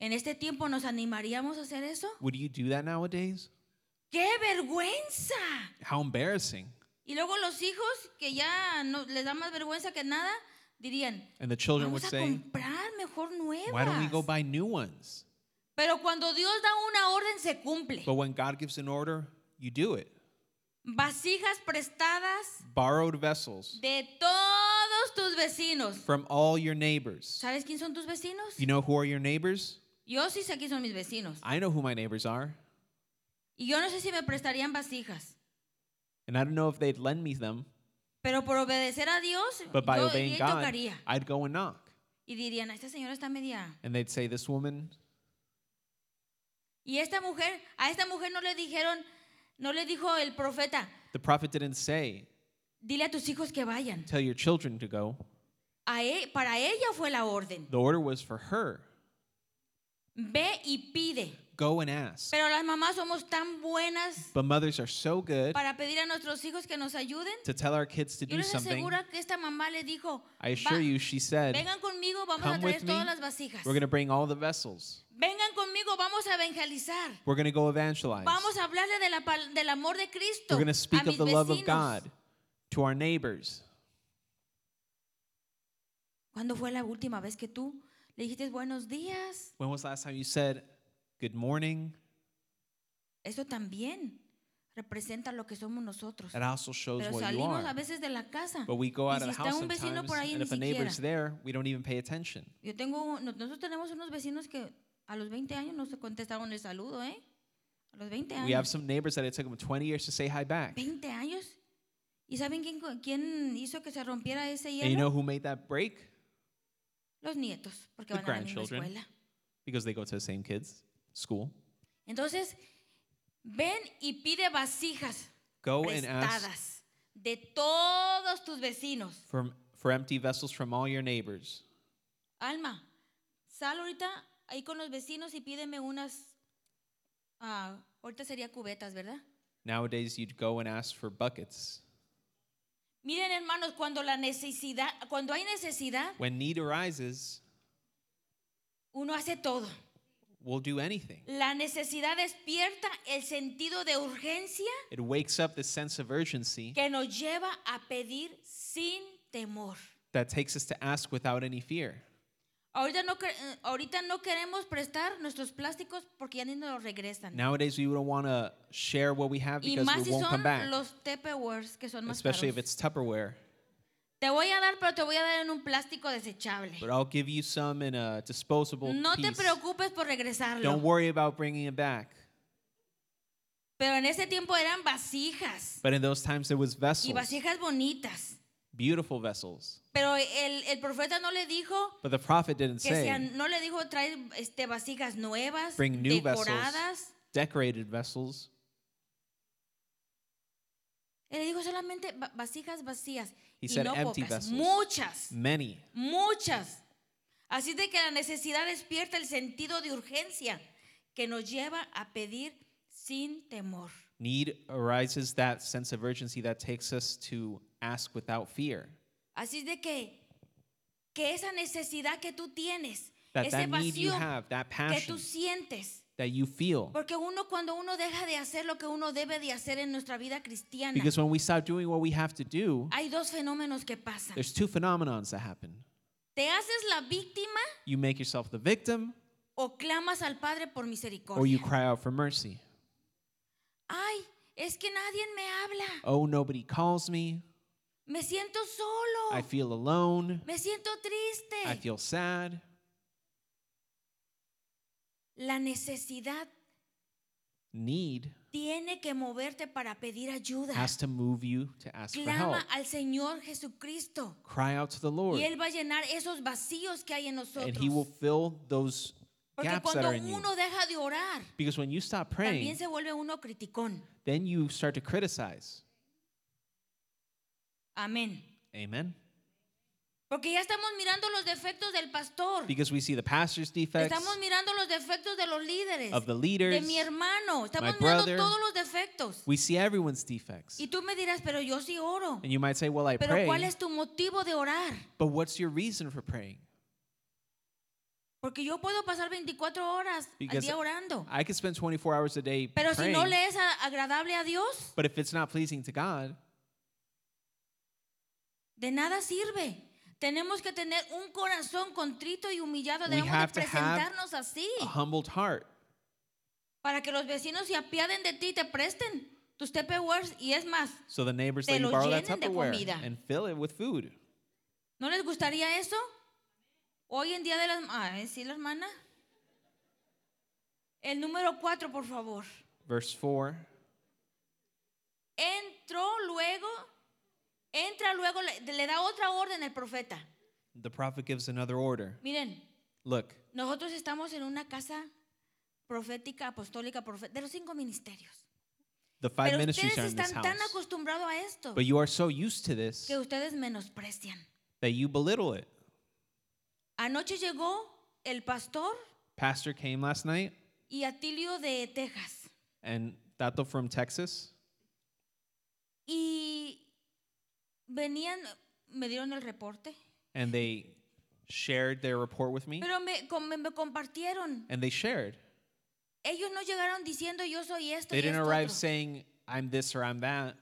¿En este tiempo nos animaríamos a hacer eso?
Would you do that nowadays?
¡Qué vergüenza!
How embarrassing.
Y luego los hijos, que ya no, les da más vergüenza que nada, dirían,
And the children would
vamos a
say,
comprar mejor
Why don't we go
nuevas.
buy new ones?
Pero cuando Dios da una orden, se cumple.
But when God gives an order, you do it.
Vasijas prestadas
Borrowed vessels
de todos tus vecinos.
from all your neighbors.
¿Sabes quién son tus vecinos?
You know who are your neighbors?
Yo sí sé que son mis vecinos.
I know who my neighbors are,
Y yo no sé si me prestarían vasijas.
and I don't know if they'd lend me them,
Pero por obedecer a Dios,
but by
yo iría
obeying
y
God,
tocaría.
I'd go and knock.
Y dirían, "Ah, esta señora está media.
And they'd say, This woman,
Y esta mujer, a esta mujer no le dijeron, no le dijo el profeta,
the prophet didn't say,
dile a tus hijos que vayan.
Tell your children to go.
A e- para ella fue la orden.
The order was for her
Ve y pide.
go and ask.
Pero las mamás somos tan buenas
But mothers are so good
para pedir a nuestros hijos que nos ayuden.
to tell our kids to
Yo
do
les
something.
aseguro que esta mamá le dijo, "Va,
I assure you, she said,
vengan conmigo, vamos a
"Come with
traer todas
me.
las vasijas.
We're going to bring all the vessels,
Vengan conmigo, vamos a evangelizar.
we're going to go evangelize,
Vamos a hablarle de la pal- del amor de Cristo.
we're going to
a
speak
mis
of the love of
vecinos.
God to our neighbors.
¿Cuándo fue la última vez que tú le dijiste buenos días?
When was the last time you said, Good morning?
Eso también representa lo que somos nosotros.
That also shows
Pero
what you
salimos a
are.
veces de la casa.
But we go
y
out
si
of the
está
house
un vecino
sometimes,
por ahí,
and
ni
if a
siquiera.
neighbor's there, we don't even pay attention.
Yo tengo, un- nosotros tenemos unos vecinos que a los 20 años no se contestaron el saludo, ¿eh? A los 20
We have
años.
some neighbors that it took them 20 years to say hi back.
20 años. ¿Y saben quién, co- quién hizo que se rompiera ese hielo?
And you know who made that break?
los nietos, porque
The
van a la misma
grandchildren.
escuela.
Because they go to the same kids' school.
Entonces, ven y pide vasijas
Go and ask
prestadas de todos tus vecinos.
for, for empty vessels from all your neighbors.
Alma, sal ahorita ahí con los vecinos y pídeme unas, ah, ahorita sería cubetas, ¿verdad?
Nowadays, you'd go and ask for buckets.
Miren, hermanos, cuando la necesidad, cuando hay necesidad,
When need arises,
uno hace todo.
we'll do anything.
La necesidad despierta el sentido de urgencia
It wakes up the sense of urgency
que nos lleva a pedir sin temor.
that takes us to ask without any fear.
Ahorita no, cre- eh, ahorita no queremos prestar nuestros plásticos porque ya ni nos los regresan.
Nowadays, we don't want to share what we have
y
because
más
we
si
won't come back,
son los Tupperwares que son más caros.
especially if it's Tupperware.
Te voy a dar, pero te voy a dar en un plástico desechable.
But I'll give you some in a disposable
No te
piece.
preocupes por regresarlo.
Don't worry about bringing it back.
Pero en ese tiempo eran vasijas
But in those times it was
y
vessels,
vasijas bonitas.
beautiful vessels.
Pero el, el profeta no le dijo
But the prophet didn't
que
say,
sean- no le dijo traer este, vasijas nuevas,
bring new
decoradas.
vessels, decorated vessels.
Él le dijo solamente va- vasijas vacías
He
y
said
no
empty
pocas,
vessels.
muchas,
Many.
muchas. Así de que la necesidad despierta el sentido de urgencia que nos lleva a pedir sin temor.
Need arises that sense of urgency that takes us to ask without fear.
Así de que que esa necesidad que tú tienes,
That
ese
that need you
vacío
have, that
que
passion
tú sientes,
that you feel.
porque uno cuando uno deja de hacer lo que uno debe de hacer en nuestra vida cristiana,
Because when we stop doing what we have to do,
hay dos fenómenos que pasan.
there's two phenomenons that happen.
Te haces la víctima
You make yourself the victim
o clamas al Padre por
or you
misericordia.
cry out for mercy.
Ay, es que nadie me habla.
Oh, nobody calls me.
Me siento
I
solo.
feel alone.
Me siento
I
triste.
feel sad.
La necesidad
Need
tiene que moverte para pedir ayuda.
has to move you to ask for help.
Clama al Señor Jesucristo
Cry out to the Lord,
y Él va a llenar esos vacíos que hay en
and He will
nosotros.
fill those
Porque
gaps that
cuando
are in you.
uno deja de orar,
Because when you stop
también
praying,
se vuelve uno criticón.
then you start to criticize.
Amén.
Amen.
Porque ya estamos mirando los defectos del pastor.
Because we see the pastor's defects
Estamos mirando los defectos de los líderes.
of the
De
leaders.
mi hermano. Estamos
my
mirando
brother.
todos los defectos.
We see everyone's defects.
Y tú me dirás, pero yo sí oro.
And you might say, Well, I
Pero ¿cuál
pray,
es tu motivo de orar?
but what's your reason for praying?
Porque yo puedo pasar 24 horas al
Because
día orando.
I could spend 24 hours a day
Pero si no
praying,
le es a- agradable a Dios,
but if it's not pleasing to God,
de nada sirve. Tenemos que tener un corazón contrito y humillado.
We
Debemos de
have Ah. to have
presentarnos así
a humbled heart,
para que los vecinos se apiaden de ti y te presten tus Tupperwares y es más.
so the neighbors
Te
let you
lo
borrow that
llenen de
Tupperware
comida.
and fill it with food.
¿No les gustaría eso? Hoy en día de las... Ah, ¿sí la hermana? El número 4, por favor.
Verse 4
entró luego, entra luego, le, le da otra orden el profeta.
the prophet gives another order.
Miren,
Look,
nosotros estamos en una casa profética, apostólica, profe- de los cinco ministerios.
the five
Pero
ministries
ustedes
are in this
están
house. Pues
tan acostumbrados a esto
But you are so used to this
que ustedes menosprecian.
that you belittle it.
Anoche llegó el pastor
Pastor came last night
y Atilio de Texas
and Tato from Texas,
y venían, me dieron el reporte,
and they shared their report with me,
pero me, com- me- me compartieron.
and they shared.
Ellos no llegaron diciendo yo soy esto.
They
y
didn't
esto
arrive
otro".
saying, I'm this or I'm that,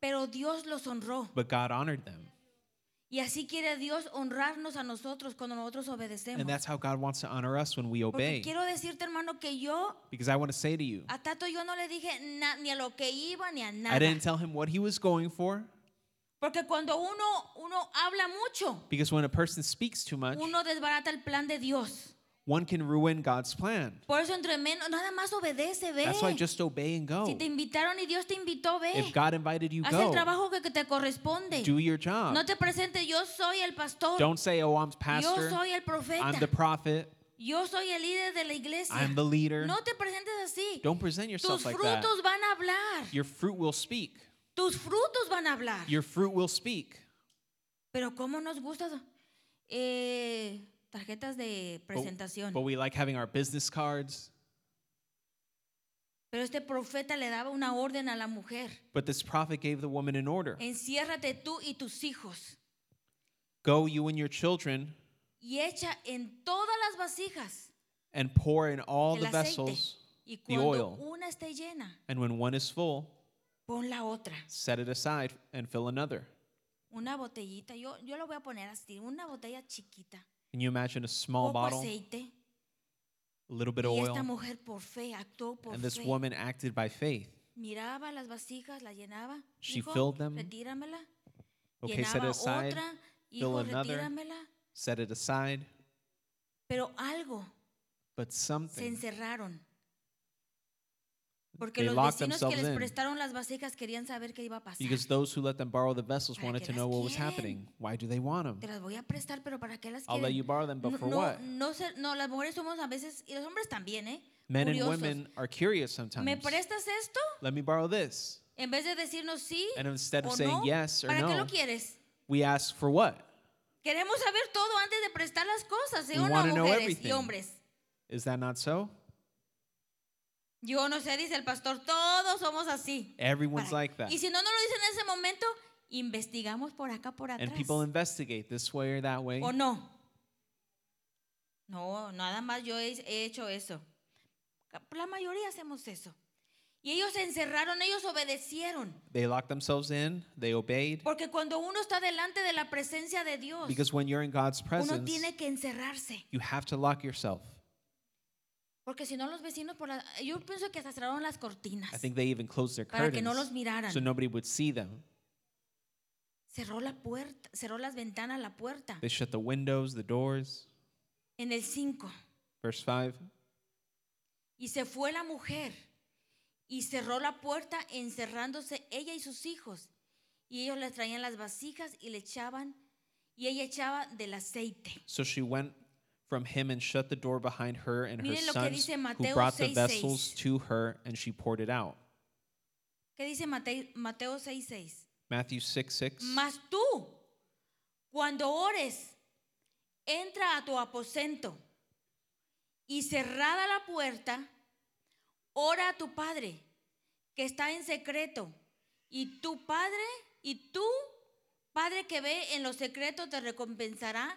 pero Dios los honró.
but God honored them.
Y así quiere Dios honrarnos a nosotros cuando nosotros obedecemos.
And that's how God wants to honor us when we
Porque
obey.
quiero decirte, hermano, que yo
Because I want to say to you,
a Tato yo no le dije na- ni a lo que iba ni a
I
nada.
didn't tell him what he was going for,
Porque cuando uno uno habla mucho,
because when a person speaks too much,
uno desbarata el plan de Dios.
one can ruin God's plan.
Por eso entre menos nada más obedece, ve.
That's why just obey and go.
Si te invitaron y Dios te invitó, ve.
If God invited you,
Haz el
go.
trabajo que, que te corresponde.
Do your job.
No te presentes, yo soy el pastor.
Don't say, oh, I'm
yo
pastor,
soy el
I'm
profeta.
the prophet,
Yo soy el líder de la iglesia.
I'm the leader.
No te presentes así.
Don't present
Tus
yourself like that.
frutos van a hablar.
Your fruit will speak.
Tus frutos van a hablar.
Your fruit will speak.
Pero ¿cómo nos gustan eh, tarjetas de
But-
presentación?
But, we like having our business cards.
Pero este profeta le daba una orden a la mujer.
But this prophet gave the woman an order
Enciérrate tú y tus hijos
Go, you and your children,
y echa en todas las vasijas
and pour in all
el
the
aceite.
vessels.
Y
the
cuando
oil.
una esté llena,
And when one is full,
pon la otra.
set it aside and fill another.
Una botellita. Yo, yo lo voy a poner así. Una botella chiquita.
Can you imagine a
Poco
small bottle,
aceite.
a little bit of
Y esta
oil?
mujer por fe actuó por
And this
fe.
woman acted by faith.
miraba las vasijas, las llenaba.
She
Hijo,
filled them.
Retíramela.
Okay, set it
llenaba
aside,
otra.
fill
Hijo,
another.
retíramela.
set it aside,
Pero algo
but
se
something
encerraron. Porque
They
los
locked
vecinos que
themselves
les
in.
prestaron las vasijas querían saber qué iba a pasar.
because those who let them borrow the vessels
Para
wanted
que
to
las
know what was
quieren.
happening. Why do they want them?
Te las voy a prestar, pero ¿para qué las
I'll
quieren?
let you borrow them, but
no, mm,
for
no,
what?
no sé- no, las mujeres somos a veces, y los hombres también, ¿eh?
Men and
Curiosos.
women are curious sometimes.
¿Me prestas esto?
Let me borrow this.
En vez de decirnos sí
And instead of
o
saying
no,
yes or
¿para qué
no,
lo quieres?
We ask for what?
Queremos saber todo antes de prestar las cosas, ¿eh?
We
o no,
wanna know
mujeres
everything.
y hombres.
Is that not so?
Yo no sé, dice el pastor, todos somos así.
Everyone's
Para-
like that.
Y si no nos lo dicen en ese momento, investigamos por acá, por atrás.
And people investigate this way or that way.
¿O no? No, nada más yo he he hecho eso. La mayoría hacemos eso. Y ellos se encerraron, ellos obedecieron.
They lock themselves in, they obeyed.
Porque cuando uno está delante de la presencia de Dios,
Because when you're in God's
uno
presence,
tiene que encerrarse.
you have to lock yourself.
Porque si no, los vecinos, por la- yo pienso que hasta cerraron las cortinas
I think they even closed their
para
curtains
que no los miraran.
so nobody would see them.
cerró la puerta, cerró las ventanas, la puerta.
They shut the windows, the doors.
En el 5.
Verse 5.
Y se fue la mujer y cerró la puerta encerrándose ella y sus hijos. Y ellos les traían las vasijas y le echaban, y ella echaba del aceite.
So she went from him and shut the door behind her and her
Miren lo que
sons,
dice
who
Mateo
brought
6:6.
the vessels to her, and she poured it out.
¿Qué dice Mateo, Mateo 6:6?
Matthew 6 6.
Mas tú, cuando ores, entra a tu aposento y cerrada la puerta, ora a tu padre que está en secreto y tu padre y tú, padre que ve en lo secreto, te recompensará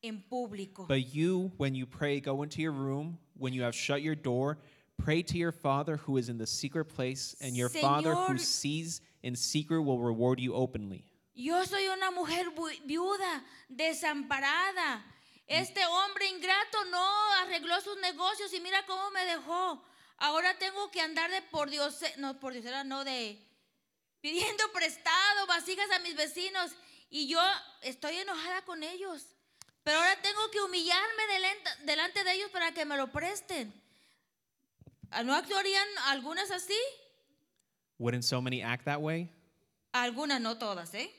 en público.
But you, when you pray, go into your room. When you have shut your door, pray to your Father who is in the secret place, and your Father who
Señor-
sees in secret will reward you openly.
Yo soy una mujer bu- viuda, desamparada. Este hombre ingrato no arregló sus negocios y mira cómo me dejó. Ahora tengo que andar de por Dios, no por Diosera, no de pidiendo prestado vasijas a mis vecinos y yo estoy enojada con ellos. Pero ahora tengo que humillarme delen- delante de ellos para que me lo presten. ¿Ah, ¿No actuarían algunas así?
Wouldn't so many act that way?
Algunas, no todas, ¿eh?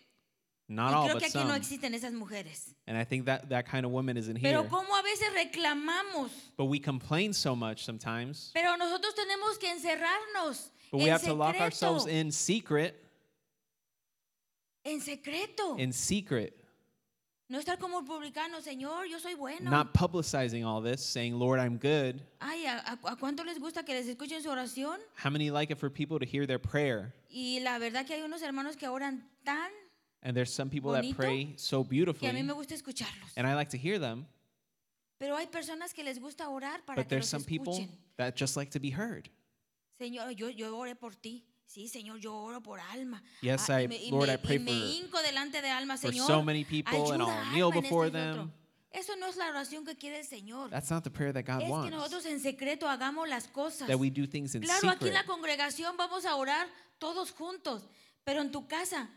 Not
y
all,
creo
but
que aquí no
some.
existen esas mujeres.
And I think that that kind of woman is in here.
Pero cómo a veces reclamamos.
But we complain so much sometimes.
Pero nosotros tenemos que encerrarnos
But
en
we have to lock
secreto.
ourselves in secret,
en secreto.
in secret,
no estar como publicano, Señor, yo soy bueno.
not publicizing all this, saying, Lord, I'm good.
Ay, ¿a, a- a cuánto les gusta que les escuchen su oración?
How many like it for people to hear their prayer?
Y la verdad que hay unos hermanos que oran tan
And there's some people
Bonito.
that pray so
que a mí me
beautifully,
gusta escucharlos.
and I like to hear them.
Pero hay personas que les gusta orar para
But
que
there's
los
some people
escuchen.
that just like to be heard.
Señor, yo, yo oré por ti. Sí, Señor, yo oro por alma.
Yes,
Ah,
I-
y me, y
Lord,
me-
I pray
y me hinco
for-
delante de alma,
for
Señor.
so many people and
ayuda
I'll
a
kneel
alma en
before
esto y lo otro".
them.
Eso no es la oración que quiere el Señor.
That's not the prayer that God
es que
wants.
nosotros en secreto hagamos las cosas.
That we do things in
claro, aquí en
secret.
la congregación vamos a orar todos juntos, pero en tu casa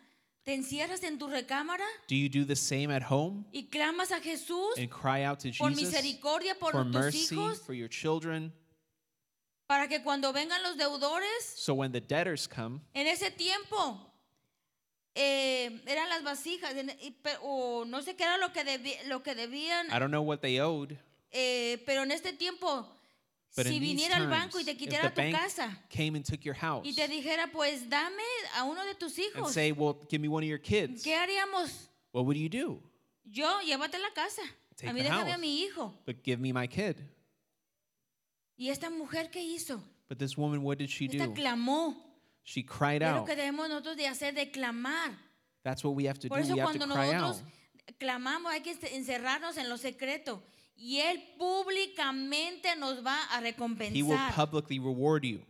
te encierras en tu recámara
Do you do the same at home
y clamas a Jesús
and cry out to
por
Jesus
misericordia por
for
tus
mercy
hijos
for your children?
para que cuando vengan los deudores
So when the debtors come,
En ese tiempo eh, eran las vasijas, en- y pe- o no sé qué era lo que, debi- lo que debían,
I don't know what they owed,
eh, pero en este tiempo,
but
si
in these
viniera al banco y
times,
te
if the
quitara tu
bank
casa
came and took your house
y te dijera, pues dame a uno de tus
and
hijos,
say, "Well, give me one of your kids,"
¿qué haríamos?
what would you do?
Yo, llévate la casa.
Take
a mí
the
déjame a
house.
mi hijo.
But give me my kid.
¿Y esta mujer qué hizo?
But this woman, what did she
Esta
do?
clamó.
She cried
Es lo
out.
que debemos nosotros de hacer, de clamar.
That's what we have to do.
Por eso
We have
cuando
to cry out.
nosotros clamamos hay que este- encerrarnos en lo secreto y Él públicamente nos va a
He will
recompensar.
publicly reward you.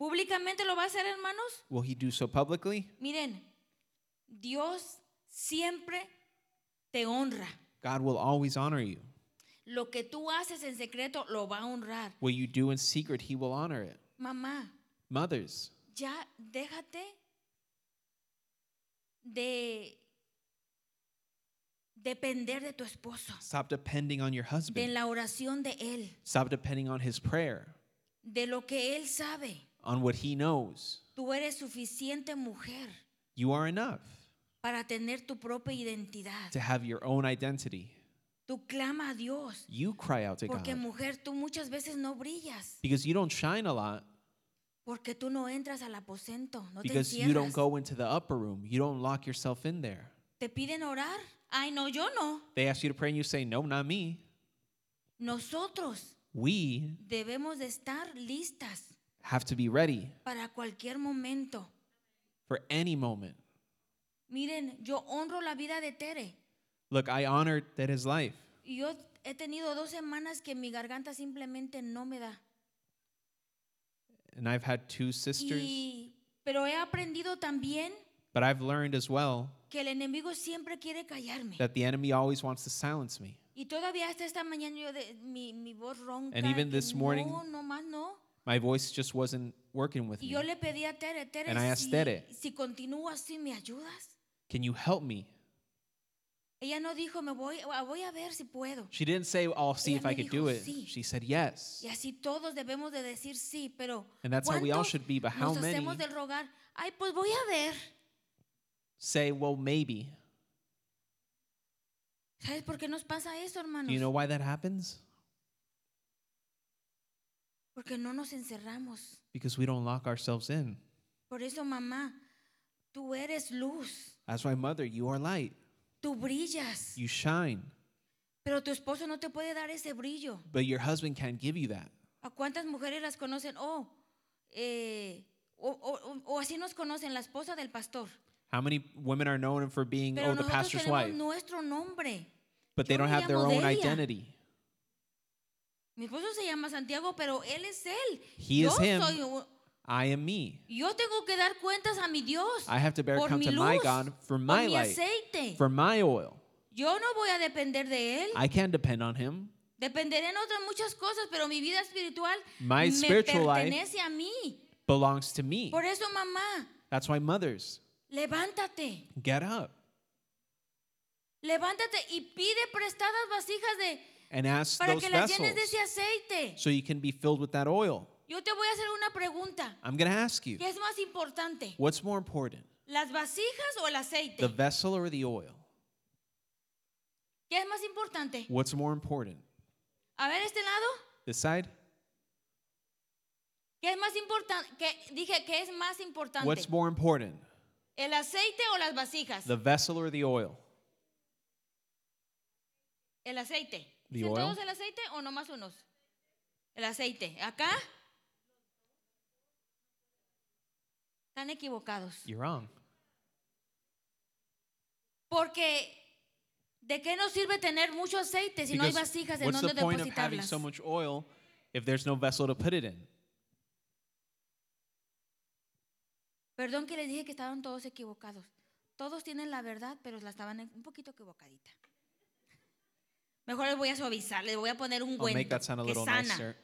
¿Públicamente lo va a hacer, hermanos?
Will he do so publicly?
Miren, Dios siempre te honra.
God will always honor you.
Lo que tú haces en secreto lo va a honrar.
What you do in secret, he will honor it.
Mamá,
Mothers,
ya déjate de depender de tu esposo,
stop depending on your
de
husband.
la oración de Él.
Stop depending on his prayer.
de lo que él sabe.
on what he knows.
Tú eres suficiente mujer
You are enough
para tener tu propia identidad.
to have your own identity.
Tú clama a Dios.
You cry out to
Porque
God
mujer, tú muchas veces no brillas.
because you don't shine a lot,
Porque tú no entras al aposento. No te
because you
encierras.
don't go into the upper room, you don't lock yourself in there.
Te piden orar. Ay, no, yo no.
They ask you to pray and you say, No, not me.
Nosotros
We
debemos de estar listas
have to be ready
para cualquier momento.
for any moment.
Miren, yo honro la vida de Tere.
Look, I honored that his life.
Y yo he tenido dos semanas que mi garganta simplemente no me da.
And I've had two sisters,
Y, pero he aprendido también
but I've learned as well
que el enemigo siempre quiere callarme.
that the enemy always wants to silence me.
Y todavía hasta esta mañana yo de- mi, mi voz ronca.
And even
que
this morning-
no, no más no.
My voice just wasn't working with
Y
me.
yo le pedí a Tere, Tere,
And I asked
si,
Tere.
si continúo así, ¿me ayudas?
Can you help me?
Ella no dijo, me voy, ah, voy a ver si puedo.
She didn't say, "Oh, I'll see
Ella
if
me
I could
dijo,
do it.
"Sí."
She said, Yes.
Y así todos debemos de decir sí, pero
And that's how we all
¿cuántos
should be, but how
nos hacemos
many-
del rogar? Ay, pues voy a ver.
Say, Well, maybe.
¿Sabes por qué nos pasa eso, hermanos?
Do you know why that happens?
Porque no nos encerramos.
Because we don't lock ourselves in.
Por eso, mamá, tú eres luz,
That's why, Mother, you are light.
tú brillas,
You shine.
pero tu esposo no te puede dar ese brillo.
But your husband can't give you that.
¿A cuántas mujeres las conocen? Oh, eh, o, o- o- o así nos conocen, la esposa del pastor.
How many women are known for being,
Pero
oh, the
nosotros
pastor's
tenemos
wife?
nuestro nombre.
But they
yo
don't
me
have their
llamo
own
Delia.
identity.
Mi esposo se llama Santiago, pero él es él.
He
yo
is him.
soy un-
I am me.
yo tengo que dar cuentas a mi Dios
I have to bear
por
account
mi
to
luz,
my God for my
por mi
light,
aceite.
for my oil.
yo no voy a depender de él.
I can't depend on him.
Dependeré en otras muchas cosas, pero mi vida espiritual
My
me
spiritual life-
pertenece a mí.
Belongs to me.
Por eso, mamá,
That's why mothers
levántate,
get up
levántate y pide prestadas vasijas de
and ask
para
those
que las llenes
vessels
de ese aceite.
so you can be filled with that oil.
Yo te voy a hacer una pregunta.
I'm going to ask you,
¿Qué es más importante?
what's more important,
¿Las vasijas o el
the
aceite?
vessel or the oil?
¿Qué es más importante?
What's more important?
A ver este lado.
This side?
¿Qué es más importante? Dije, ¿qué es más importante?
What's more important,
¿El aceite o las vasijas?
the vessel or the oil?
El aceite.
The
¿Sí
oil.
todos el aceite o nomás unos? El aceite. ¿Acá? Están equivocados.
You're wrong.
Porque ¿de qué nos sirve tener mucho aceite si no hay
Because
vasijas en
what's
donde
the point of having
depositarlas?
so much oil if there's no vessel to put it in?
Perdón que les dije que estaban todos equivocados. Todos tienen la verdad, pero la estaban un poquito equivocadita. Mejor les voy a suavizar, les voy a poner un
I'll
cuento
make that sound a
que
little
sana.
nicer.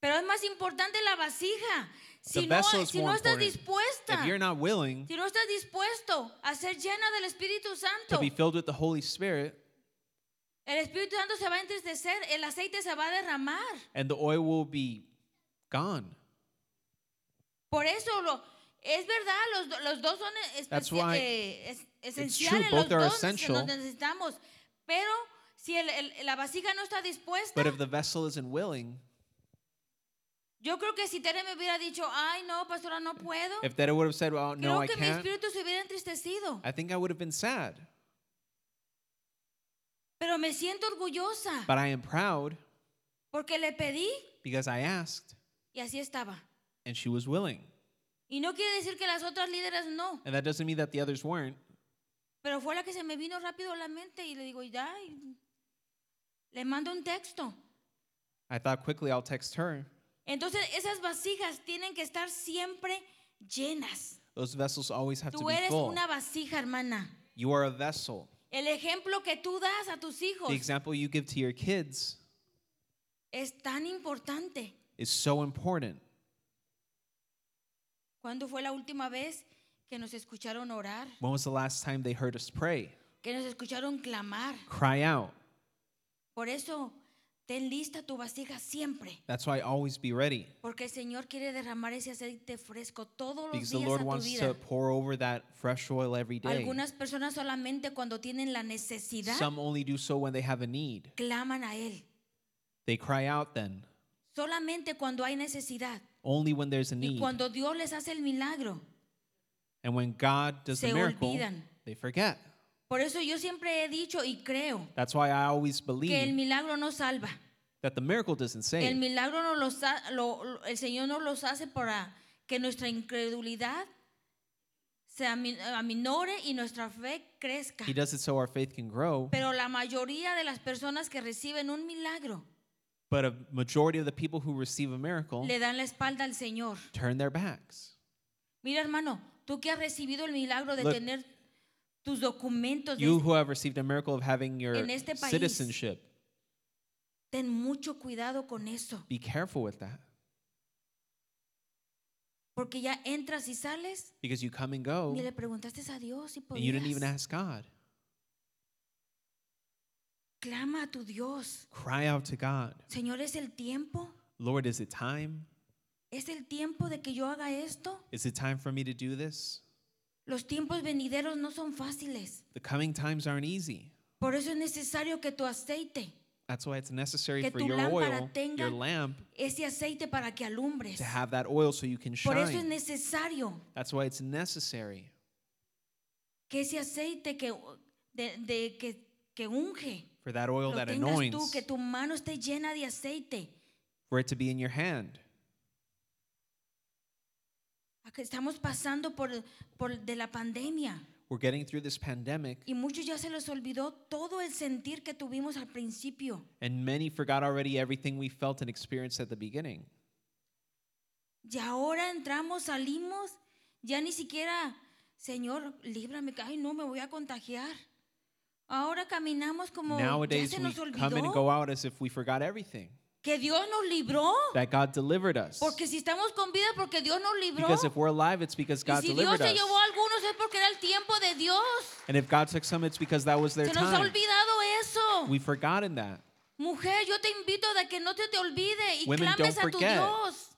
Pero es más importante la vasija. Si
the
no,
vessel is
si
more
no estás
important.
dispuesta,
If you're not willing
si no estás dispuesto a ser llena del Espíritu
to
Santo,
be filled with the Holy Spirit,
el Espíritu Santo se va a entristecer, el aceite se va a derramar.
and the oil will be gone.
Por eso lo- es verdad, los, do- los dos son especia-
That's why
eh, es-
true,
esenciales, los
both are
dos nos-
essential.
los necesitamos. Pero si el- el- la vasija no está dispuesta,
But if the vessel isn't willing,
yo creo que si Tere me hubiera dicho, ay no, pastora, no puedo,
if that would have said, "Well,
creo
no, I
que mi
can't,"
espíritu se hubiera entristecido.
I think I would have been sad.
Pero me siento orgullosa
But I am proud
porque le pedí
because I asked,
y así estaba.
and she was willing.
Y no quiere decir que las otras líderes no,
And that doesn't mean that the others weren't.
pero fue la que se me vino rápido a la mente y le digo, ya, y le mando un texto.
I thought quickly, I'll text her.
Entonces esas vasijas tienen que estar siempre llenas.
Those vessels always have to
Tú
be
eres
full.
una vasija, hermana.
You are a vessel.
El ejemplo que tú das a tus hijos
The example you give to your kids
es tan importante.
is so important.
¿Cuándo fue la última vez que nos escucharon orar?
When was the last time they heard us pray,
Que nos escucharon clamar.
cry out?
Por eso Ten lista tu vasija siempre,
That's why always be ready.
porque el Señor quiere derramar ese aceite fresco todos los
Because the
días
Lord
a tu
wants to
vida.
pour over that fresh oil every day.
Algunas personas solamente cuando tienen la necesidad
Some only do so when they have a need.
claman a él.
They cry out then,
Solamente cuando hay necesidad
only when there's a
y
need.
cuando Dios les hace el milagro.
And when God does
Se
the miracle,
olvidan.
they forget.
Por eso yo siempre he dicho y creo
That's why I always
que el
believe
milagro no salva.
that the miracle doesn't
El
save.
milagro no los ha- lo- lo- el Señor nos los hace para que nuestra incredulidad se ami- aminore y nuestra fe crezca.
He does it so our faith can grow.
Pero la mayoría de las personas que reciben un milagro
But a majority of the people who receive a miracle
le dan la espalda al Señor.
turn their backs.
Mira, hermano, tú que has recibido el milagro de
Look.
tener tus documentos, de-
You who have received a miracle of having your
En este país.
citizenship,
ten mucho cuidado con eso,
be careful with that
porque ya entras y sales
because you come and go
y le preguntaste a Dios si
and you didn't even
podías.
ask God.
Clama a tu Dios.
Cry out to God.
Señor, es el tiempo.
Lord, is it time?
¿Es el tiempo de que yo haga esto?
Is it time for me to do this?
Los tiempos venideros no son fáciles.
The coming times aren't easy.
Por eso es necesario que tu aceite,
That's why it's necessary
Que
for
tu
your
lámpara
oil,
tenga
your lamp,
ese aceite para que alumbres.
to have that oil so you can
Por eso es
shine.
necesario
That's why it's necessary
que ese aceite que, de- de- que, que unge,
for that oil
lo
that
tengas tú,
anoints,
que tu mano esté llena de aceite.
for it to be in your hand.
Acá Estamos pasando por, por de la pandemia
We're getting through this pandemic,
y muchos ya se les olvidó todo el sentir que tuvimos al principio.
and many forgot already everything we felt and experienced at the beginning.
Y ahora entramos, salimos, ya ni siquiera, Señor, líbrame, ay no, me voy a contagiar. Ahora caminamos como ya
Nowadays,
se
we
nos
come and go
olvidó
out as if we forgot everything
que Dios nos libró,
that God delivered us.
porque si estamos con vida porque Dios nos libró.
Because if we're alive, it's because
Y
God
si Dios
delivered
se
us.
llevó a algunos es porque era el tiempo de Dios.
And if God took some, it's because that was their
Se nos ha
time.
olvidado eso.
We've forgotten that.
Mujer, yo te invito a que no te, te olvide y
Women,
clames
don't
a tu
forget.
Dios.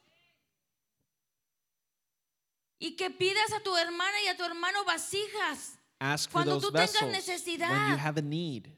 Y que pidas a tu hermana y a tu hermano vasijas.
Ask for
Cuando
those
tú tengas
vessels when you
necesidad.
have a need.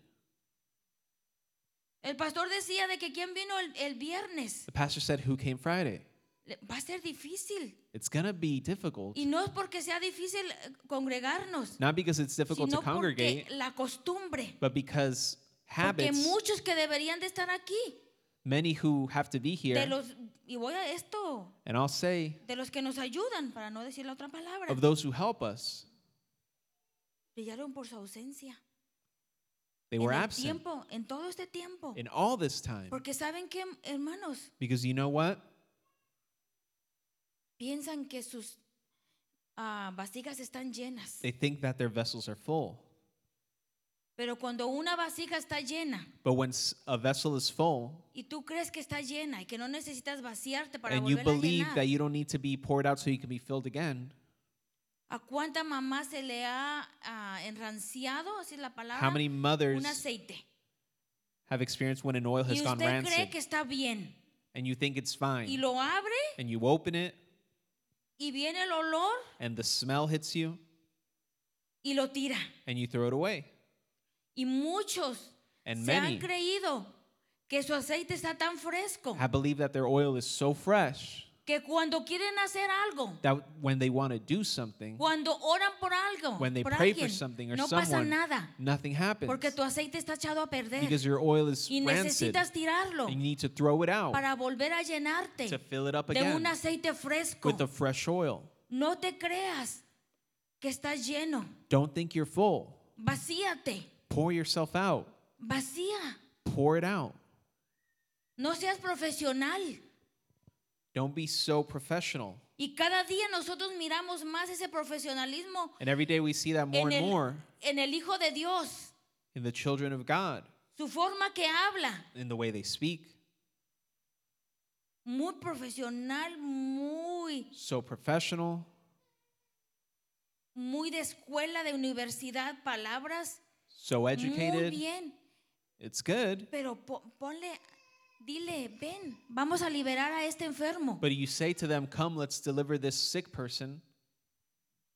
El pastor decía de que quién vino el, el viernes.
The pastor said, Who came Friday?
Le- Va a ser difícil.
It's going to be difficult.
Y no es porque sea difícil eh, congregarnos,
Not because it's difficult to
sino porque
congregate,
la costumbre.
but because
Porque
habits,
muchos que deberían de estar aquí,
many who have to be
de
here,
los, y voy a esto,
and I'll say,
de los que nos ayudan, para no decir la otra palabra,
of those who help us,
brillaron por su ausencia.
they were
en el
absent
tiempo, en todo este tiempo.
in all this time.
Porque saben que, hermanos,
Because you know what?
piensan que sus ah, vasijas están llenas.
They think that their vessels are full.
Pero cuando una vasija está llena
But when s- a vessel is full,
y tú crees que está llena y que no necesitas vaciarte para
and you
volver a
believe
llenar,
that you don't need to be poured out so you can be filled again,
¿a cuánta mamá se le ha ah, enranciado, así es la palabra,
how many mothers
un aceite?
have experienced when an oil has
Y
gone
usted cree
rancid
que está bien
and you think it's
y
fine
lo abre
and you open it
y viene el olor
and the smell hits you
y lo tira.
and you throw it away.
Y muchos
And
se han
many
creído que su aceite está tan fresco
I believe that their oil is so fresh
que cuando quieren hacer algo,
that when they want to do something,
cuando oran por algo,
when they
por
pray for
alguien,
something or
no pasa
someone,
nada,
nothing happens
porque tu aceite está echado a perder
because your oil is
y
rancid.
necesitas tirarlo
And you need to throw it out
para volver a llenarte
to fill it up
de
again
un aceite fresco.
with the fresh oil.
No te creas que estás lleno.
Don't think you're full.
Vacíate,
Pour yourself out.
vacía.
Pour it out.
No seas profesional.
Don't be so professional.
Y cada día nosotros miramos más ese profesionalismo
And every day we see that more
en
and
el,
more
en el Hijo de Dios,
in the children of God,
su forma que habla.
in the way they speak,
muy profesional, muy,
so professional,
muy de escuela, de universidad, palabras
so
muy
educated.
bien,
It's good,
pero po- ponle Dile, ven, vamos a liberar a este enfermo.
But you say to them, Come, let's deliver this sick person.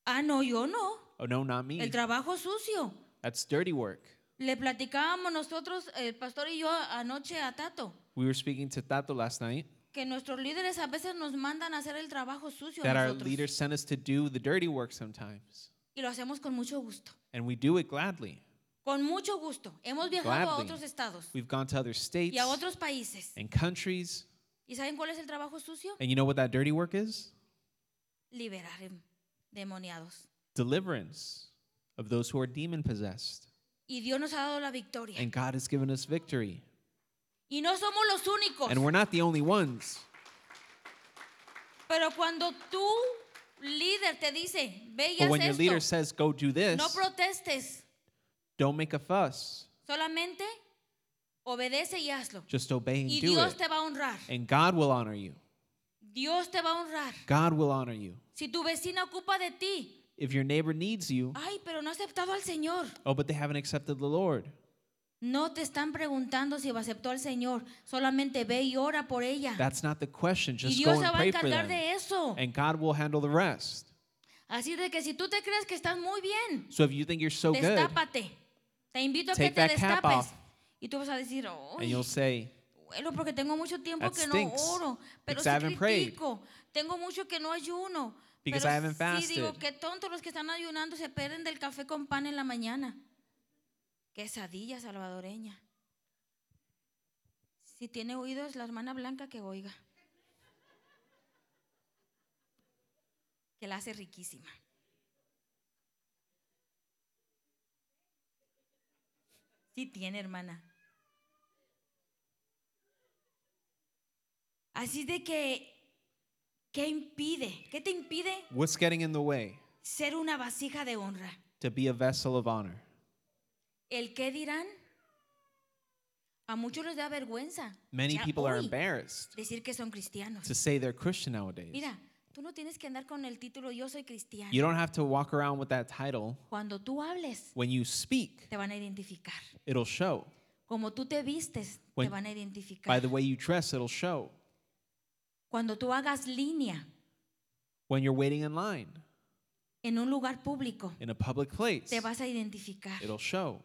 Ah, no, yo no.
Oh, no, not
El
me.
trabajo sucio.
That's dirty work.
Le platicábamos nosotros, el pastor y yo anoche a Tato,
We were speaking to Tato last night
que nuestros líderes a veces nos mandan a hacer el trabajo sucio a
that our
nosotros.
leaders sent us to do the dirty work sometimes.
Y lo hacemos con mucho gusto.
And we do it gladly.
Con mucho gusto. Hemos viajado a
Gladly.
otros estados
We've gone to other states
y a otros países.
and countries.
¿Y saben cuál es el trabajo sucio?
And you know what that dirty work is?
Liberar em- demoniados.
Deliverance of those who are demon possessed.
Y Dios nos ha dado la victoria.
And God has given us victory.
Y no somos los únicos.
And we're not the only ones.
Pero cuando tu líder te dice, ve y
But when your
haz
leader
esto,
says, Go do this,
no protestes,
don't make a fuss.
solamente obedece y hazlo.
Just obey and
Y
do
Dios
it.
te va a honrar.
And God will honor you.
Dios te va a honrar.
God will honor you.
Si tu vecina ocupa de ti,
If your neighbor needs you,
ay, pero no ha aceptado al Señor.
oh, but they haven't accepted the Lord.
No te están preguntando si aceptó al Señor, solamente ve y ora por ella.
That's not the question.
Y
Just go
Dios se
and
va a
pray for
encargar
them.
de eso.
And God will handle the rest.
Así de que si tú te crees que estás muy bien,
So if you think you're so good,
destápate. Te invito a
Take
que te
that cap
destapes.
off.
Y tú vas a decir, oh,
and you'll say,
duelo porque tengo mucho tiempo
That
que
stinks,
no oro, pero
because
sí
I haven't prayed.
critico, tengo mucho que no ayuno.
Because I
pero
haven't
sí digo,
fasted.
qué tontos los que están ayunando se pierden del café con pan en la mañana. Quesadilla salvadoreña. Si tiene oídos la hermana Blanca que oiga. Que la hace riquísima. Sí tiene, hermana. Así de que, ¿qué impide? ¿Qué te impide
What's getting in the way
ser una vasija de honra?
to be a vessel of honor?
¿El qué dirán? A muchos les da vergüenza.
Many
ya
people are
hoy,
embarrassed
decir que son cristianos.
to say they're Christian nowadays.
Mira, tú no tienes que andar con el título yo soy cristiano.
You don't have to walk around with that title.
Cuando tú hables,
When you speak,
te van a identificar.
it'll show.
Como tú te vistes, te
When-
van a
By
identificar.
the way you dress, it'll show.
Cuando tú hagas línea
When you're waiting in line
en un lugar público,
in a public place,
te vas a identificar.
it'll show.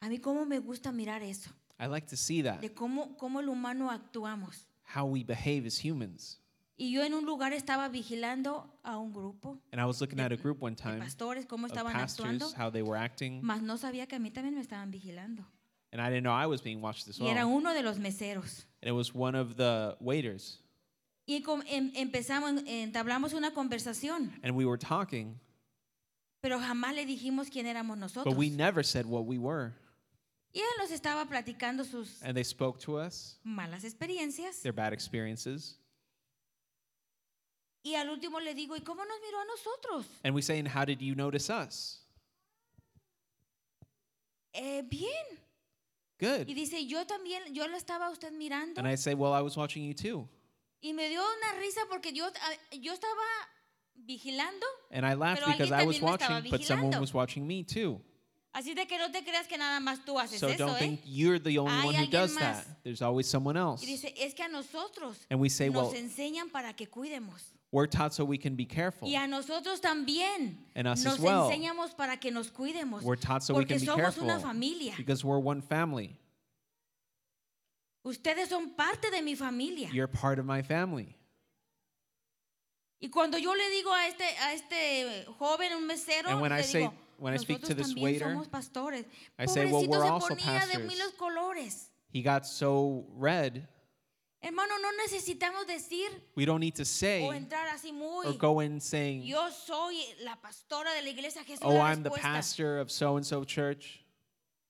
A mí cómo me gusta mirar eso,
I like to see that,
de cómo, cómo el humano actuamos.
how we behave as humans.
Y yo en un lugar estaba vigilando a un grupo
And I was looking at a group one
de
time
pastores, cómo
of
estaban actuando,
pastors, how they were acting,
mas no sabía que a mí también me estaban vigilando.
and I didn't know I was being watched as
Y
well.
era
And
uno de los meseros.
it was one of the waiters,
Y com- em- empezamos, en- entablamos una conversación,
and we were talking,
pero jamás le dijimos quién éramos nosotros.
but we never said what we were.
Y él nos estaba platicando sus
And they spoke to us,
malas experiencias.
their bad experiences,
Y al último le digo, ¿y cómo nos miró a nosotros?
and we saying, "How did you notice us?"
"Eh, bien. Y
Good.
dice, yo también, yo lo estaba a usted mirando.
And I say, "Well, I was watching you too,"
Y me dio una risa porque yo, ah, yo estaba vigilando.
and I laughed
Pero alguien
because I was
también me estaba
watching, but someone
vigilando.
was watching me too.
Así de que no te creas que nada más tú haces
So
eso,
don't
¿eh?
think you're the only
Hay
one who
alguien
does
más.
that. There's always someone else.
Y dice, es que a nosotros
And we say,
nos
well,
enseñan para que cuidemos.
we're taught so we can be careful.
Y a nosotros también
oh." And us
nos
as well.
enseñamos para que nos cuidemos.
We're taught so we
porque
can be
somos
careful
una familia.
because we're one family.
Ustedes son parte de mi familia.
You're part of my family.
Y cuando yo le digo a este, a este joven, un mesero,
And when
le
I say-
digo,
when I speak
nosotros
to this
también
waiter,
somos pastores.
I say, well,
Pobrecito,
we're
se
also
ponía de
pastors.
miles colores.
He got so red,
Hermano, no necesitamos decir
we don't need to
o
say
entrar así
or
muy,
go in saying,
yo soy la pastora de la iglesia Jesús de
oh,
la
I'm the
Respuesta".
pastor of so and so church.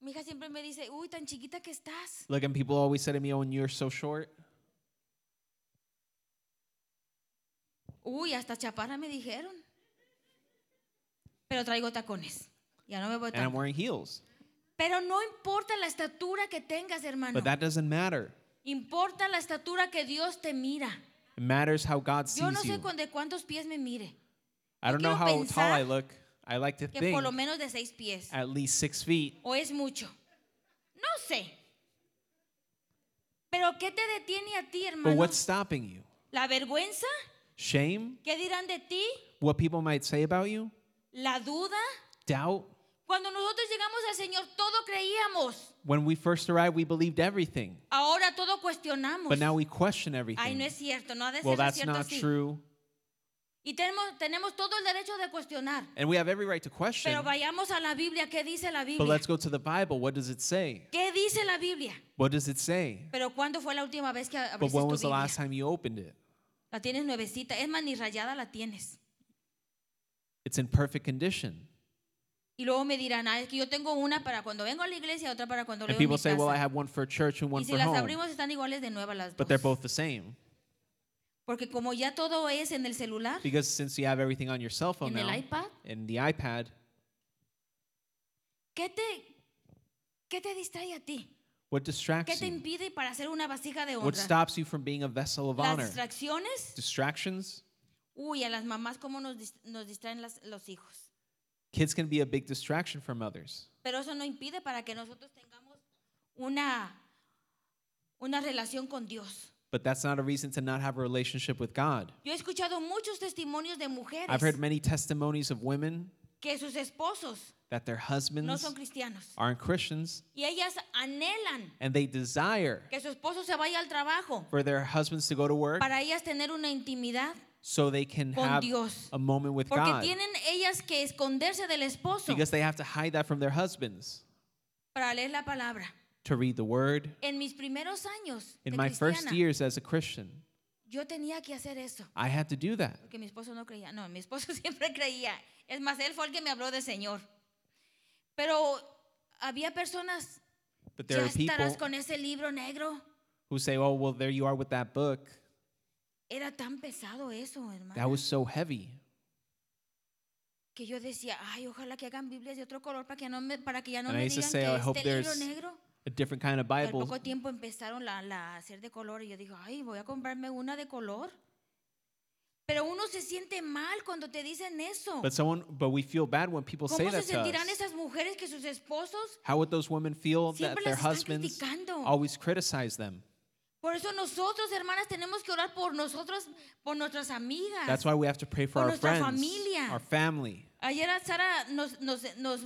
Mi hija siempre me dice, uy, tan chiquita que estás.
Look, and people always say to me, oh, and you're so short.
Uy, hasta chaparra me dijeron. Pero traigo tacones. Ya no me voy
And I'm
tan.
wearing heels.
Pero no importa la estatura que tengas, hermano.
But that doesn't matter.
Importa la estatura que Dios te mira.
It matters how God
Yo no
sees
sé
you.
cuán- de cuántos pies me mire,
I don't know
quiero
how tall I
pensar
look. I like to
que por lo
think
menos de seis pies.
at least six feet.
O es mucho. No sé. Pero ¿qué te detiene a ti,
But
hermano?
what's stopping you?
¿La vergüenza?
Shame?
¿Qué dirán de ti?
What people might say about you?
¿La duda?
Doubt?
Cuando nosotros llegamos al Señor, todo creíamos.
When we first arrived, we believed everything,
Ahora todo cuestionamos.
but now we question
Ay, no
everything.
es cierto, no ha de ser
Well, that's
cierto
not
así.
true.
Y tenemos, tenemos todo el derecho de cuestionar.
And we have every right to
Pero
question.
vayamos a la Biblia. ¿Qué dice la
But
Biblia?
let's go to the Bible. What does it say?
¿Qué dice la Biblia?
What does it say?
Pero ¿cuándo fue la última vez que
But
abriste
when
tu
was the
Biblia?
last time you opened it?
La tienes nuevecita. Es más, ni rayada la tienes.
It's in perfect condition.
Y luego me dirán, ah, es que yo tengo una para cuando vengo a la iglesia, otra para cuando
And
leo en mi
people say,
casa.
well, I have one for church and one
y si
for
las
home.
abrimos están iguales de nueva las
But
dos.
they're both the same.
Porque como ya todo es en el celular,
Because since you have everything on your cell phone
en el
now,
iPad,
and the iPad,
¿qué te, qué te distrae a ti?
what
¿Qué
distracts
te
you?
impide para hacer una vasija de honra?
What stops you from being a vessel of
Las
honor?
distracciones,
Distractions?
uy, a las mamás cómo nos, dis- nos distraen las- los hijos.
Kids can be a big distraction from others.
Pero eso no impide para que nosotros tengamos una, una relación con Dios.
But that's not a reason to not have a relationship with God.
Yo he escuchado muchos testimonios de
I've heard
mujeres
many testimonies of women
que sus esposos
that their
no
husbands
son cristianos.
aren't Christians
Y ellas anhelan
and they desire
que su esposo se vaya al trabajo
for their husbands to go to work
para ellas tener una intimidad
so they can
con
have
Dios.
a moment with
porque
God
tienen ellas que esconderse del esposo
because they have to hide that from their husbands
para leer la palabra.
to read the word.
En mis primeros años
In
de
my first
cristiana,
years as a Christian,
yo tenía que hacer eso
I had to do that
porque mi esposo no creía. No, mi esposo <laughs> siempre creía. Es más, él fue el que me habló del Señor. Pero había personas,
But there
ya
are people
estarás con ese libro negro.
who say, "Oh, well, there you are with that book.
Era tan pesado eso, hermano.
That was so heavy."
que yo decía, ay, ojalá que hagan Biblias de otro color para que, no me, para que ya no
And I
me
used to
digan
say, "I hope
que este libro
there's
negro.
A different kind of
Y al
Bible.
poco tiempo empezaron la, la a hacer de color y yo digo, ay, voy a comprarme una de color. Pero uno se siente mal cuando te dicen eso.
But someone, but we feel bad when people say
¿Cómo se
that to
sentirán
us.
esas mujeres que sus esposos?
How would those women feel that
Siempre
their
las están
husbands
criticando.
always criticize them?
Por eso nosotros, hermanas, tenemos que orar por nosotros, por nuestras amigas.
That's why we have to pray
Por
for our
Ah, nuestra
friends,
familia.
our family.
Ayer a Sara nos, nos- nos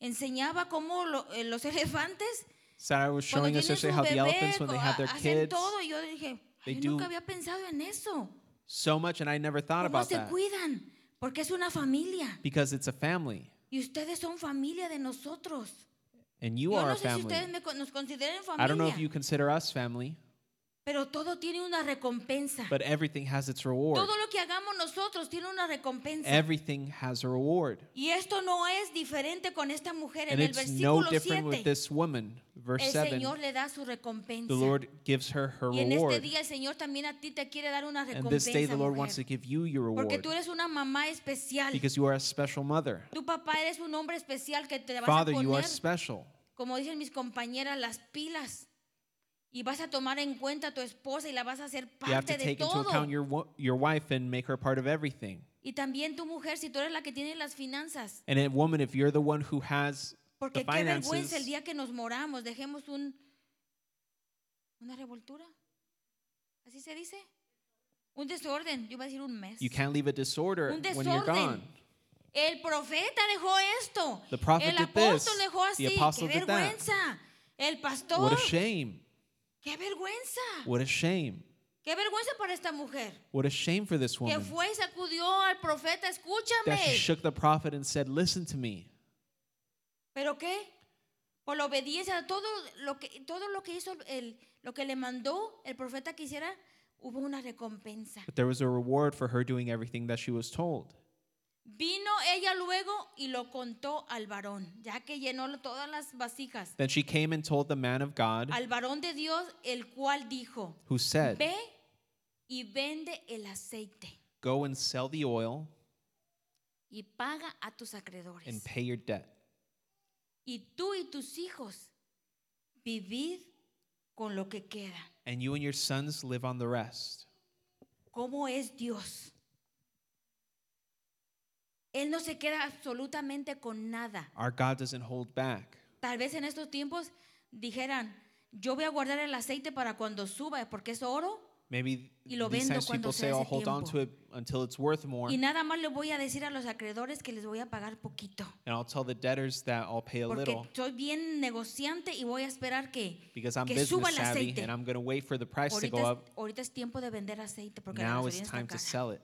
enseñaba cómo lo- eh, los elefantes
Sarah was
Cuando
showing us
tienen su
yesterday how the
bebé,
elephants, when they
co-
have their
hacen
kids,
todo. Y yo dije,
they
"Ay, yo nunca
do
había pensado en eso.
so much, and I never thought
¿Cómo
about
se
that
cuidan? Porque es una familia.
because it's a family,
Y ustedes son familia de nosotros.
and you
yo
are
no
a
sé si
family.
ustedes me con- nos consideren familia.
I don't know if you consider us family,
Pero todo tiene una recompensa.
but everything has its reward.
Todo lo que hagamos nosotros tiene una recompensa.
Everything has a reward.
y esto no es diferente con esta mujer.
And
en el
it's no
versículo
different
7,
with this woman. Verse
el
7
Señor le da su recompensa.
The Lord gives her her
y en este
reward.
día el Señor también a ti te quiere dar una
And
recompensa.
this day the Lord wants to
mujer.
give you your
Porque
reward
tú eres una mamá especial.
because you are a special mother.
Tu papá eres un hombre especial que te vas
Father,
a
you are
poner,
special.
como dicen mis compañeras, las pilas. Y vas a tomar en cuenta a tu esposa y la vas a hacer
You have to
parte de
take into
todo.
account your, wo- your wife and make her part of everything.
Y también tu mujer, si tú eres la que tiene las finanzas.
And a woman, if you're the one who has the
Porque qué vergüenza el
finances,
día que nos moramos, dejemos un una revoltura. ¿Así se dice? Un desorden, yo iba a decir un mes.
you can't leave a disorder
Un
when you're
desorden.
gone.
El profeta dejó esto.
The prophet
el
did
apóstol
this.
dejó
The
así. ¡Qué
apostle did that.
vergüenza! El
What
pastor.
a shame.
¡Qué vergüenza!
What a shame.
¡Qué vergüenza para esta mujer!
What a shame for this
Que
woman
fue y sacudió al profeta,
that she
escúchame.
shook the prophet and said, Listen to me.
¿Pero qué? Por la obediencia, todo lo que, todo lo que hizo, el, lo que le mandó el profeta que hiciera, hubo una recompensa.
But there was a reward for her doing everything that she was told.
Vino ella luego y lo contó al varón, ya que llenó todas las vasijas.
Then she came and told the man of God,
Al varón de Dios, el cual dijo,
who said,
Ve y vende el aceite
Go and sell the oil
y paga a tus
and
acreedores.
pay your debt,
Y tú y tus hijos vivid con lo que queda.
and you and your sons live on the rest.
¿Cómo es Dios? Él no se queda absolutamente con nada.
Our God doesn't hold back.
Tal vez en estos tiempos dijeran, yo voy a guardar el aceite para cuando suba, porque es oro,
Maybe
Y lo
these
vendo
times
cuando
people
se
say,
hace
"I'll hold on
tiempo."
to it until it's worth more,"
y
and
nada más le voy a decir a los acreedores que les voy a pagar poquito,
I'll tell the debtors that I'll pay a
porque
little
soy bien negociante y voy a esperar que,
because I'm
que suba
business
el
savvy
aceite.
and I'm going to wait for the price to Este go
Ahorita es,
up.
ahorita es tiempo de vender aceite porque la
Now it's
gasolina está
time to
cara.
sell it.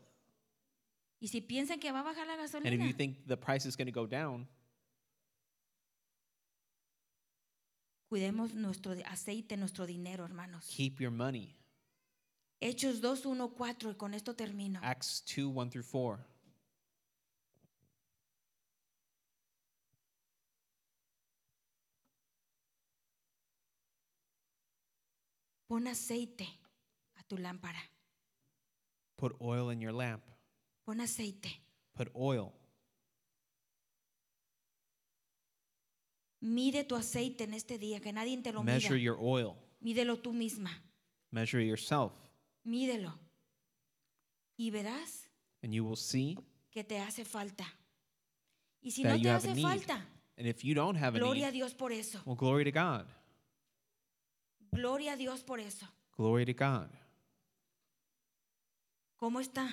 Y si piensan que va a bajar la
And if you
gasolina,
think the price is going to go down,
cuidemos nuestro di- aceite, nuestro dinero, hermanos.
keep your money.
Hechos 2, 1, 4, y con esto termino.
Acts 2 1 through 4.
Pon aceite a tu lámpara.
Put oil in your lamp.
Pon aceite.
Put oil.
Mide tu aceite en este día, que nadie te lo
Measure
mida.
your oil.
Mídelo tú misma.
Measure yourself.
Mídelo. Y verás
And you will see
que te hace falta. Y si
that
no
you
te
have a
hace
need.
falta,
And if you don't have a
gloria a
need,
Dios por eso.
well, glory to God.
Gloria a Dios por eso.
Glory to God.
¿Cómo está?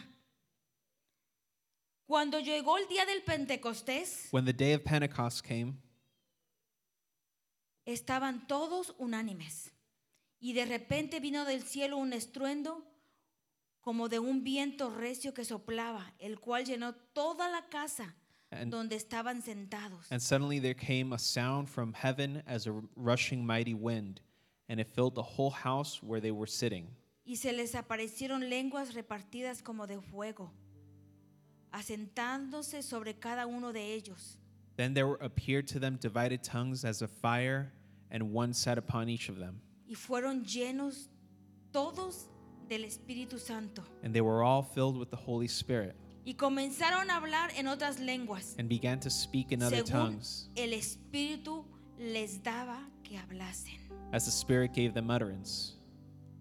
Cuando llegó el día del Pentecostés,
When the day of Pentecost came,
estaban todos unánimes. Y de repente vino del cielo un estruendo como de un viento recio que soplaba, el cual llenó toda la casa
And-
donde estaban sentados.
And suddenly there came a sound from heaven as a rushing mighty wind, and it filled the whole house where they were sitting.
Y se les aparecieron lenguas repartidas como de fuego, asentándose sobre cada uno de ellos.
Then there appeared to them divided tongues as of fire, and one sat upon each of them.
Y fueron llenos todos del Espíritu Santo.
And they were all filled with the Holy Spirit,
Y comenzaron a hablar en otras lenguas,
and began to speak in other
según
tongues,
el Espíritu les daba que hablasen.
as the Spirit gave them utterance.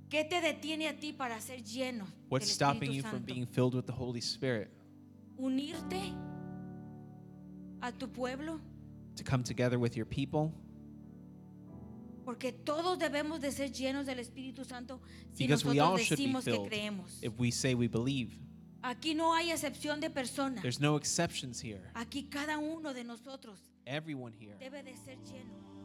¿Qué te detiene a ti para ser lleno del
What's stopping
Espíritu
you from
Santo?
being filled with the Holy Spirit?
Unirte a tu pueblo,
To come together with your people?
porque todos debemos de ser llenos del Espíritu Santo si
Because we all
nosotros
should be
decimos que
filled
creemos.
if we say we believe.
Aquí no hay excepción de persona. Ah.
There's no exceptions here.
Aquí cada uno de nosotros
Everyone here
debe de ser lleno